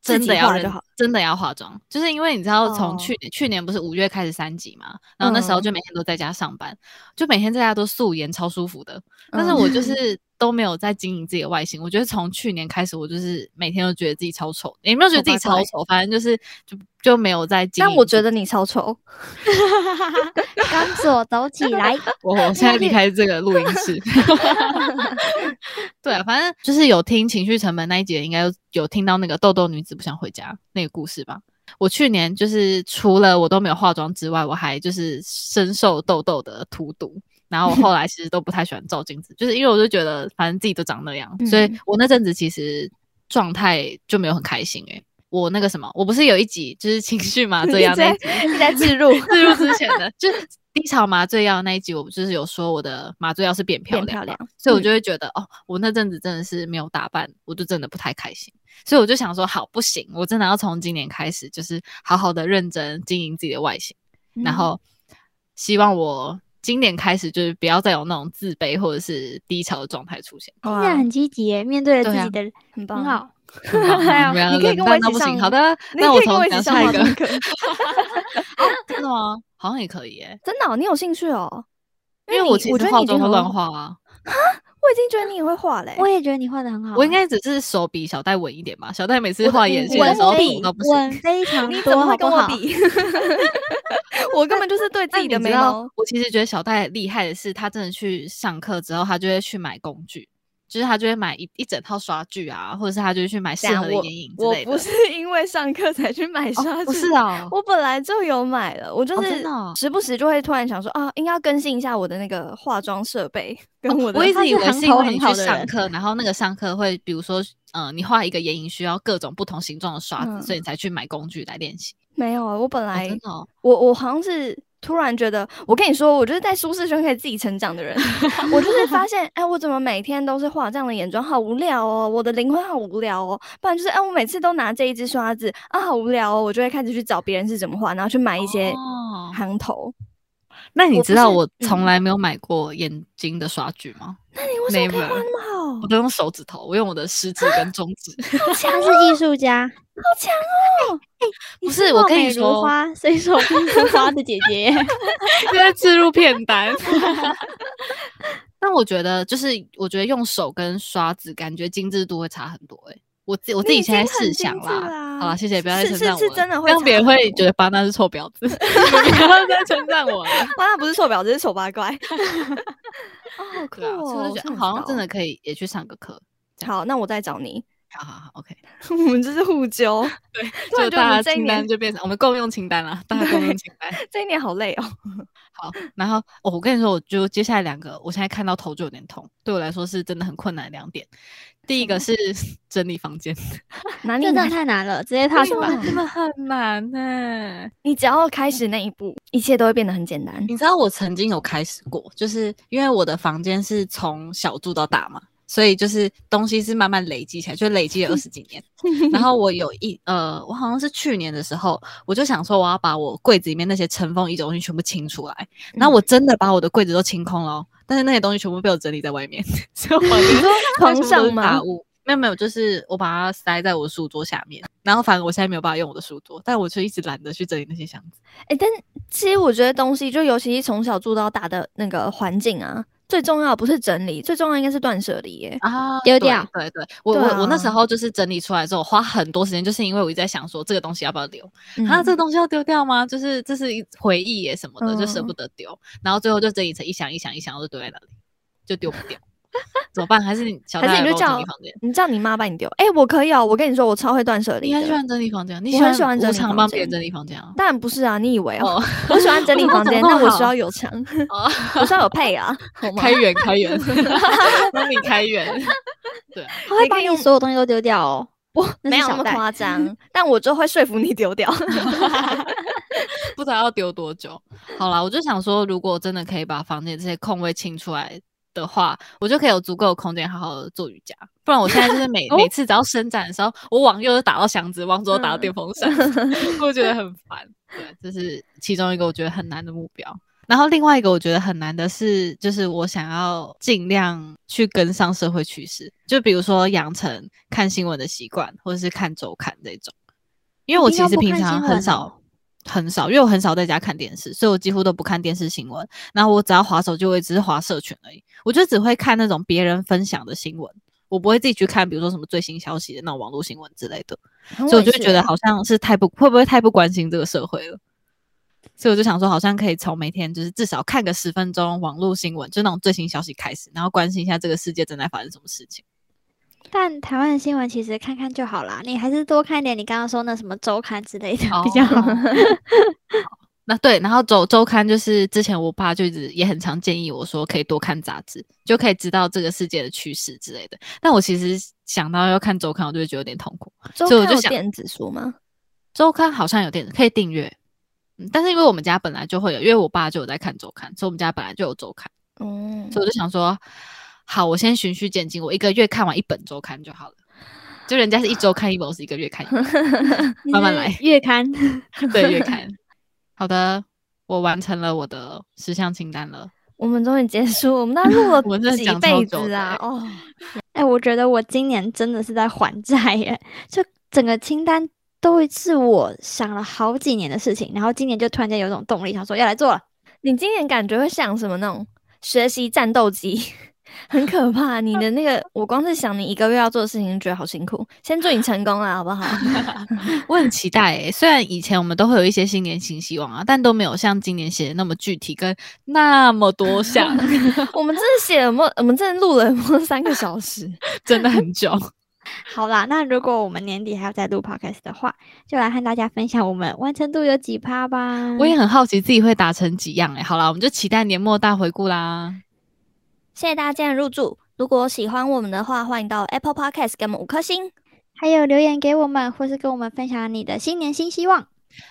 Speaker 2: 自
Speaker 3: 真
Speaker 2: 己
Speaker 3: 的要
Speaker 2: 化就
Speaker 3: 认
Speaker 2: 好。，
Speaker 3: 真的要化妆，就是因为你知道，
Speaker 2: 哦
Speaker 3: 从去年、去年不是五月开始三级嘛，然后那时候
Speaker 2: 嗯
Speaker 3: 就每天都在家上班，就每天在家都素颜，超舒服的。但是
Speaker 2: 嗯
Speaker 3: 我就是都没有在经营自己的外形。我觉得从去年开始，我就是每天都觉得自己超丑，也没有觉得自己
Speaker 2: 好
Speaker 3: 超
Speaker 2: 八卦
Speaker 3: 丑，反正就是就就没有在经营自己。
Speaker 2: 但我觉得你超丑，
Speaker 1: 刚左走起来，
Speaker 3: 我我现在离开这个录音
Speaker 2: [laughs]
Speaker 3: 室。对啊，反正就是有听情绪成本那一节，应该有有听到那个豆豆女子不想回家那个故事吧？我去年就是除了我都没有化妆之外，我还就是深受痘痘的荼毒。然后我后来其实都不太喜欢照镜子，就是因为我就觉得反正自己都长那样，所以
Speaker 2: 嗯
Speaker 3: 我那阵子其实状态就没有很开心诶、我那个什么，我不是有一集就是情绪嘛这
Speaker 2: [laughs] 你
Speaker 3: 样那
Speaker 2: 在
Speaker 3: 一集，
Speaker 2: 你在置 [laughs] 入
Speaker 3: 自入之前的， [laughs] 就是低潮麻醉药那一集，我不就是有说我的麻醉药是变漂
Speaker 2: 变
Speaker 3: 亮嘛，
Speaker 2: 漂亮，
Speaker 3: 所以我
Speaker 2: 嗯
Speaker 3: 就会觉得、哦，我那阵子真的是没有打扮，我就真的不太开心，所以我就想说，好，不行，我真的要从今年开始，就是好好的认真经营自己的外形，然
Speaker 2: 嗯
Speaker 3: 后希望我今年开始就是不要再有那种自卑或者是低潮的状态
Speaker 2: [laughs]
Speaker 3: 出现。
Speaker 1: 真
Speaker 2: [laughs] 哇
Speaker 1: 的很积极耶，面对了
Speaker 3: 对
Speaker 1: 自
Speaker 3: 啊
Speaker 1: 己的，嗯
Speaker 2: 很
Speaker 1: 哎很
Speaker 2: 棒，
Speaker 1: 好。
Speaker 2: 哎呀
Speaker 3: 不要
Speaker 2: 你可以
Speaker 3: 冷
Speaker 2: 跟我
Speaker 3: 淡
Speaker 2: 一
Speaker 3: 到
Speaker 2: 起
Speaker 3: 不行。
Speaker 2: 上
Speaker 3: 好的，
Speaker 2: 你
Speaker 3: 那
Speaker 2: 可
Speaker 3: 我
Speaker 2: 以跟
Speaker 3: 从
Speaker 2: 我一起
Speaker 3: 讲
Speaker 2: 上
Speaker 3: 下一
Speaker 2: 华 [laughs]
Speaker 3: 个
Speaker 2: 中，课
Speaker 3: 真的吗？好像也可以耶，
Speaker 2: 真的哦、你有兴趣哦？
Speaker 3: 因为
Speaker 2: 你
Speaker 3: 我其
Speaker 2: 我觉
Speaker 3: 实
Speaker 2: 得
Speaker 3: 化
Speaker 2: 你已
Speaker 3: 妆
Speaker 2: 经
Speaker 3: 都
Speaker 2: 很
Speaker 3: 乱
Speaker 2: 会，
Speaker 3: 画啊。
Speaker 2: 我已经觉得你也会画嘞、
Speaker 1: 我也觉得你画的很好啊，
Speaker 3: 我应该只是手比小戴稳一点吧，小戴每次
Speaker 2: 嗯我的嗯
Speaker 3: 画眼线的
Speaker 1: 文
Speaker 3: 时候
Speaker 2: 我
Speaker 1: 笔
Speaker 3: 涂到不
Speaker 1: 文
Speaker 3: 行。
Speaker 1: 非常
Speaker 2: [laughs] 你怎
Speaker 1: 多，
Speaker 2: 么
Speaker 1: 好
Speaker 2: 会跟
Speaker 1: 不
Speaker 2: 我
Speaker 1: 好？ [laughs]
Speaker 2: 比？我根本就是对自
Speaker 3: 但
Speaker 2: 己
Speaker 3: 你
Speaker 2: 的
Speaker 3: 知
Speaker 2: 眉
Speaker 3: 道
Speaker 2: 毛，，
Speaker 3: 我其实觉得小戴厉害的是，他真的去上课之后，他就会去买工具，就是他就会买一一整套刷具啊，或者是他就会去买适
Speaker 2: 等下
Speaker 3: 合的眼影之
Speaker 2: 我
Speaker 3: 类的。
Speaker 2: 不是因为上课才去买
Speaker 3: 哦
Speaker 2: 刷具，
Speaker 3: 不
Speaker 1: 啊
Speaker 3: 是哦，
Speaker 2: 我本来就有买了，我就
Speaker 3: 哦真
Speaker 2: 是
Speaker 3: 的哦
Speaker 2: 时不时就会突然想说啊，应该要更新一下我的那个化妆设备跟我的。
Speaker 3: 哦我一
Speaker 1: 他
Speaker 3: 直以
Speaker 1: 是
Speaker 3: 为
Speaker 1: 行
Speaker 3: 是因
Speaker 1: 头
Speaker 3: 为
Speaker 1: 很
Speaker 3: 你
Speaker 1: 好
Speaker 3: 去
Speaker 1: 的
Speaker 3: 上
Speaker 1: 人
Speaker 3: 课，然后那个上课会，比如说，呃，你画一个眼影需要各种不同形状的刷子，
Speaker 2: 嗯
Speaker 3: 所以你才去买工具来练习。
Speaker 2: 没有啊，我本
Speaker 3: 哦
Speaker 2: 来、
Speaker 3: 真的哦，
Speaker 2: 我我好像是突然觉得，我跟你说，我就是在舒适圈可以自己成长的
Speaker 3: [laughs]
Speaker 2: 人。我就是发现，哎，我怎么每天都是画这样的眼妆，好无聊哦，我的灵魂好无聊哦。不然就是，哎，我每次都拿这一支刷子啊，好无聊哦，我就会开始去找别人是怎么画，然后去买一些
Speaker 3: 哦
Speaker 2: 行头。
Speaker 3: 那你
Speaker 2: 我
Speaker 3: 知
Speaker 2: 不
Speaker 3: 道
Speaker 2: 是
Speaker 3: 我从
Speaker 2: 嗯
Speaker 3: 来没有买过眼睛的刷具吗？
Speaker 2: 那你为什么可以
Speaker 3: Never
Speaker 2: 画那么好？
Speaker 3: 我都用手指头，我用我的食指跟中
Speaker 2: [laughs]
Speaker 3: 指。
Speaker 1: 他是艺术家，哎
Speaker 2: 好强哦！
Speaker 1: 你
Speaker 3: 不是我
Speaker 1: 貌
Speaker 3: 跟你
Speaker 1: 美如
Speaker 3: 说
Speaker 1: 花随手拈出花的姐姐，
Speaker 2: [laughs]
Speaker 3: 就在置入片单。但我觉得，就是我觉得用手跟刷子，感觉精致度会差很多、欸。我自我自
Speaker 2: 你
Speaker 3: 己
Speaker 2: 已
Speaker 3: 现在
Speaker 2: 经很
Speaker 3: 试想
Speaker 2: 精致啊啦 [laughs]
Speaker 3: 啦，好啦，谢谢，不要再
Speaker 2: 是
Speaker 3: 称
Speaker 2: 是是
Speaker 3: 赞我了，
Speaker 2: 真的会
Speaker 3: 这样别人
Speaker 2: 差很
Speaker 3: 会
Speaker 2: 多
Speaker 3: 觉得巴娜是臭婊
Speaker 2: [laughs]
Speaker 3: 子，你们不要再称赞我了。
Speaker 2: 哇，那不是手表，这是手八怪。
Speaker 3: [laughs]
Speaker 2: 哦，好酷
Speaker 3: 对啊，
Speaker 2: 哦！
Speaker 3: 所以我就觉得
Speaker 2: 想
Speaker 3: 啊好像
Speaker 2: 到
Speaker 3: 真的可以也去上个课。
Speaker 2: 好，那我再找
Speaker 3: [laughs]
Speaker 2: 你。
Speaker 3: 好好好，OK，
Speaker 2: 我们这是互揪，
Speaker 3: 对，
Speaker 2: 突然觉得我
Speaker 3: 就大
Speaker 2: 们
Speaker 3: 家
Speaker 2: 这一
Speaker 3: 清单
Speaker 2: 年
Speaker 3: 就变成我们共用清单啦，大家共用清单。
Speaker 2: 这一年好累 [laughs] 哦。
Speaker 3: 好，然后、哦、我跟你说，我就接下来两个，我现在看到头就有点痛，对我来说是真的很困难的两点。第一个是 [laughs] 整理房间，
Speaker 2: 哪
Speaker 1: 这
Speaker 2: 里
Speaker 1: 真的
Speaker 2: 难？
Speaker 1: 太难了，直接 pass
Speaker 2: 什么
Speaker 3: [laughs]
Speaker 1: 吧。
Speaker 3: 哦真的很难呢、
Speaker 2: 你只要开始那一步，一切都会变得很简单。
Speaker 3: [laughs] 你知道我曾经有开始过，就是因为我的房间是从小住到大嘛，所以就是东西是慢慢累积起来，就累积了二十几 [laughs] 年。然后我有一呃，我好像是去年的时候，我就想说我要把我柜子里面那些尘封已久的东西全部清出来。然后我真的把我的柜子都清空了哦，但是那些东西全部被我整理在外面， [laughs] 所以我房间
Speaker 2: 床上
Speaker 3: 吗
Speaker 2: 吗？？
Speaker 3: 没有没有，就是我把它塞在我的书桌下面，然后反正我现在没有办法用我的书桌，但我就一直懒得去整理那些箱子。
Speaker 2: 哎、但其实我觉得东西，就尤其是从小住到大的那个环境啊，最重要的不是整理，最重要应该是断舍离耶。
Speaker 3: 啊，
Speaker 1: 丢
Speaker 3: 对
Speaker 1: 掉
Speaker 3: 对对，我
Speaker 2: 对
Speaker 3: 我我那时
Speaker 2: 啊
Speaker 3: 候就是整理出来之后，我花很多时间，就是因为我一直在想说这个东西要不要留，啊，
Speaker 2: 嗯
Speaker 3: 这个东西要丢掉吗？就是这是一回忆耶什么的，就舍
Speaker 2: 嗯
Speaker 3: 不得丢，然后最后就整理成一箱一箱一箱，就丢在那里，就丢不掉， [laughs] 怎么办？还是你小
Speaker 2: 还
Speaker 3: 戴
Speaker 2: 是
Speaker 3: 来
Speaker 2: 你就
Speaker 3: 帮
Speaker 2: 叫
Speaker 3: 我整理房间？
Speaker 2: 你叫你妈帮你丢，哎、我可以哦，我跟你说，我超会断舍离
Speaker 3: 你很喜
Speaker 2: 的。
Speaker 3: 欢整理房间，你
Speaker 2: 我很喜欢整
Speaker 3: 无
Speaker 2: 理
Speaker 3: 偿
Speaker 2: 房
Speaker 3: 帮别人
Speaker 2: 间
Speaker 3: 整理房间啊？
Speaker 2: 当然不是啊，你以为哦？
Speaker 3: 哦，
Speaker 2: 我喜欢整理房间，但
Speaker 3: [laughs] 我怎么那么
Speaker 2: 我
Speaker 3: 好
Speaker 2: 需要有墙，
Speaker 3: 哦
Speaker 2: 我需要有配啊， [laughs] 好吗
Speaker 3: 开？源
Speaker 2: [laughs]
Speaker 3: 开源， [laughs] 帮你开源，对啊，
Speaker 1: [laughs] 他会
Speaker 2: 你可
Speaker 1: 把
Speaker 2: 以
Speaker 1: 你
Speaker 2: 用
Speaker 1: 所有东西都丢掉哦。
Speaker 2: [laughs] 我
Speaker 1: 那
Speaker 2: 没
Speaker 1: 是
Speaker 2: 有那
Speaker 1: 小
Speaker 2: 么
Speaker 1: 袋
Speaker 2: [laughs] 夸张，但我就会说服你丢掉。 [laughs]
Speaker 3: 不知道要丢多久。好啦，我就想说，如果真的可以把房间这些空位清出来的话，我就可以有足够的空间好好的做瑜伽。不然我现在就是
Speaker 1: [laughs]
Speaker 3: 每、每次只要伸展的时候，我往右就打到箱子，往左打到电风扇，
Speaker 1: 嗯
Speaker 3: [laughs] 我觉得很烦。对，这是其中一个我觉得很难的目标。然后另外一个我觉得很难的是，就是我想要尽量去跟上社会趋势，就比如说养成看新闻的习惯，或者是看周刊这种。因为我
Speaker 1: 一定
Speaker 3: 其
Speaker 1: 要
Speaker 3: 实
Speaker 1: 不
Speaker 3: 平
Speaker 1: 看
Speaker 3: 常
Speaker 1: 新
Speaker 3: 很
Speaker 1: 闻
Speaker 3: 少、
Speaker 1: 哦
Speaker 3: 很少，因为我很少在家看电视，所以我几乎都不看电视新闻。然后我只要划手机，我也只是划社群而已，我就只会看那种别人分享的新闻，我不会自己去看，比如说什么最新消息的那种网络新闻之类的。所嗯以我就会觉
Speaker 2: 啊
Speaker 3: 得好像是啊太不会不会太不关心这个社会了。所以我就想说，好像可以从每天就是至少看个十分钟网络新闻，就那种最新消息开始，然后关心一下这个世界正在发生什么事情。
Speaker 1: 但台湾的新闻其实看看就好啦，你还是多看一点你刚刚说那什么周刊之类的、 [laughs] 比较好。
Speaker 2: 哦
Speaker 3: 那对，然后周周刊就是之前我爸就一直也很常建议我说，可以多看杂志，就可以知道这个世界的趋势之类的。但我其实想到要看周刊，我就会觉得有点痛苦。
Speaker 2: 周
Speaker 3: 所以我
Speaker 2: 刊
Speaker 3: 就
Speaker 2: 有
Speaker 3: 想
Speaker 2: 电子书吗？
Speaker 3: 周刊好像有点可以订阅，嗯，但是因为我们家本来就会有，因为我爸就有在看周刊，所以我们家本来就有周刊。
Speaker 2: 嗯，
Speaker 3: 所以我就想说，好，我先循序渐进，我一个月看完一本周刊就好了。就人家是一周看一本，我是一个月看一本，
Speaker 2: [laughs]
Speaker 1: 你
Speaker 3: 慢慢
Speaker 1: 是
Speaker 3: 来
Speaker 1: 月刊
Speaker 3: 对，月看。好的，我完成了我的十项清单了。
Speaker 2: 我们终于结束，我们那录
Speaker 3: [laughs] 我真
Speaker 2: 了
Speaker 3: 的
Speaker 2: 几
Speaker 3: 讲超
Speaker 2: 辈
Speaker 3: 久
Speaker 2: 子
Speaker 3: 的
Speaker 2: 啊！
Speaker 3: 欸
Speaker 2: 哦，
Speaker 1: [laughs] 哎、我觉得我今年真的是在还债耶，就整个清单都是我想了好几年的事情，然后今年就突然间有一种动力，想说要来做了。
Speaker 2: 你今年感觉会像什么那种学习战斗机， [laughs] 很可怕。你的那个，我光是想你一个月要做的事情，觉得好辛苦。先祝你成功啦，好不好？ [laughs]
Speaker 3: 我很期待诶、虽然以前我们都会有一些新年新希望啊，但都没有像今年写的那么具体跟那么
Speaker 2: [laughs]
Speaker 3: 多项， [laughs]
Speaker 2: 我们真的写了摸，我们真的录了摸三个小时。
Speaker 3: 真的很久。
Speaker 1: 好啦，那如果我们年底还要再录 podcast 的话，就来和大家分享我们完成度有几趴吧。
Speaker 3: 我也很好奇自己会达成几样诶、欸好啦，我们就期待年末大回顾啦。
Speaker 2: [laughs] 谢谢大家今天的入住。如果喜欢我们的话，欢迎到 Apple Podcast 给我们五颗星。
Speaker 1: 还有留言给我们，或是跟我们分享你的新年新希望。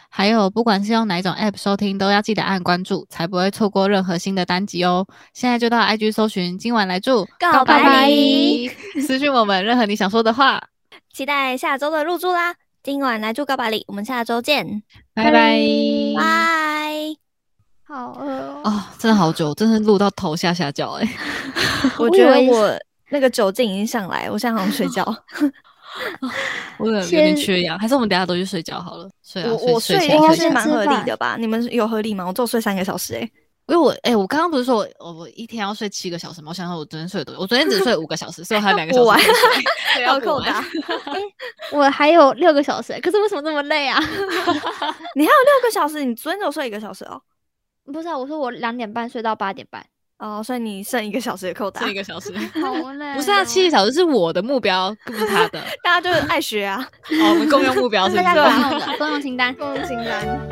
Speaker 3: 还有，不管是用哪一种 App 收听，都要记得按关注，才不会错过任何新的单集哦。现在就到 IG 搜寻“今晚来住
Speaker 2: 告
Speaker 1: 白
Speaker 2: 你，
Speaker 3: 私讯我们任何你想说的话。
Speaker 2: 期待下周的入住啦！今晚来住高百里，我们下周见，
Speaker 3: 拜拜。
Speaker 2: 嗯拜。
Speaker 1: 好饿哦
Speaker 3: 哦，真的好久，我真的录到头下下脚哎、
Speaker 2: [laughs] 我
Speaker 1: 我以
Speaker 2: 觉得
Speaker 1: 为
Speaker 2: 我那个酒劲已经上来，我现在好想睡 [laughs] 觉。
Speaker 3: 我有点有点缺氧，还是我们等一下都去睡觉好了。睡啊，
Speaker 2: 我
Speaker 3: 睡
Speaker 2: 我
Speaker 3: 睡
Speaker 2: 睡
Speaker 3: 前
Speaker 2: 应该
Speaker 3: 睡
Speaker 2: 是
Speaker 3: 前
Speaker 1: 前
Speaker 2: 蛮
Speaker 1: 吃
Speaker 2: 合理
Speaker 1: 饭
Speaker 2: 的吧？你们有合理吗？我就睡三个小时哎、
Speaker 3: [laughs] 因为我哎、我刚刚不是说我我我一天要睡七个小时吗？我想想我昨天睡了多久，我昨天只睡五个小时，所以我还有两个小
Speaker 2: 补完
Speaker 3: 时没睡。对要
Speaker 2: 好
Speaker 3: 补
Speaker 2: 扣
Speaker 3: 完 [laughs]
Speaker 2: 打
Speaker 1: 我还有六个小时，可是为什么这么累啊？ [laughs]
Speaker 2: 你还有六个小时，你昨天只有睡一个小时哦。
Speaker 1: 不是啊，我说我两点半睡到八点半，
Speaker 2: 哦，所以你剩一个小时的扣打
Speaker 3: 剩，一个小时。
Speaker 1: 好累哦
Speaker 3: 不是啊，七个小时是我的目标，不是他的。
Speaker 2: [laughs] 大家就是爱学
Speaker 3: [laughs]
Speaker 2: 啊，
Speaker 3: 哦，我们共用目标是不
Speaker 1: 大
Speaker 3: 是？
Speaker 1: 家共用的，共用清单。
Speaker 2: 用心单。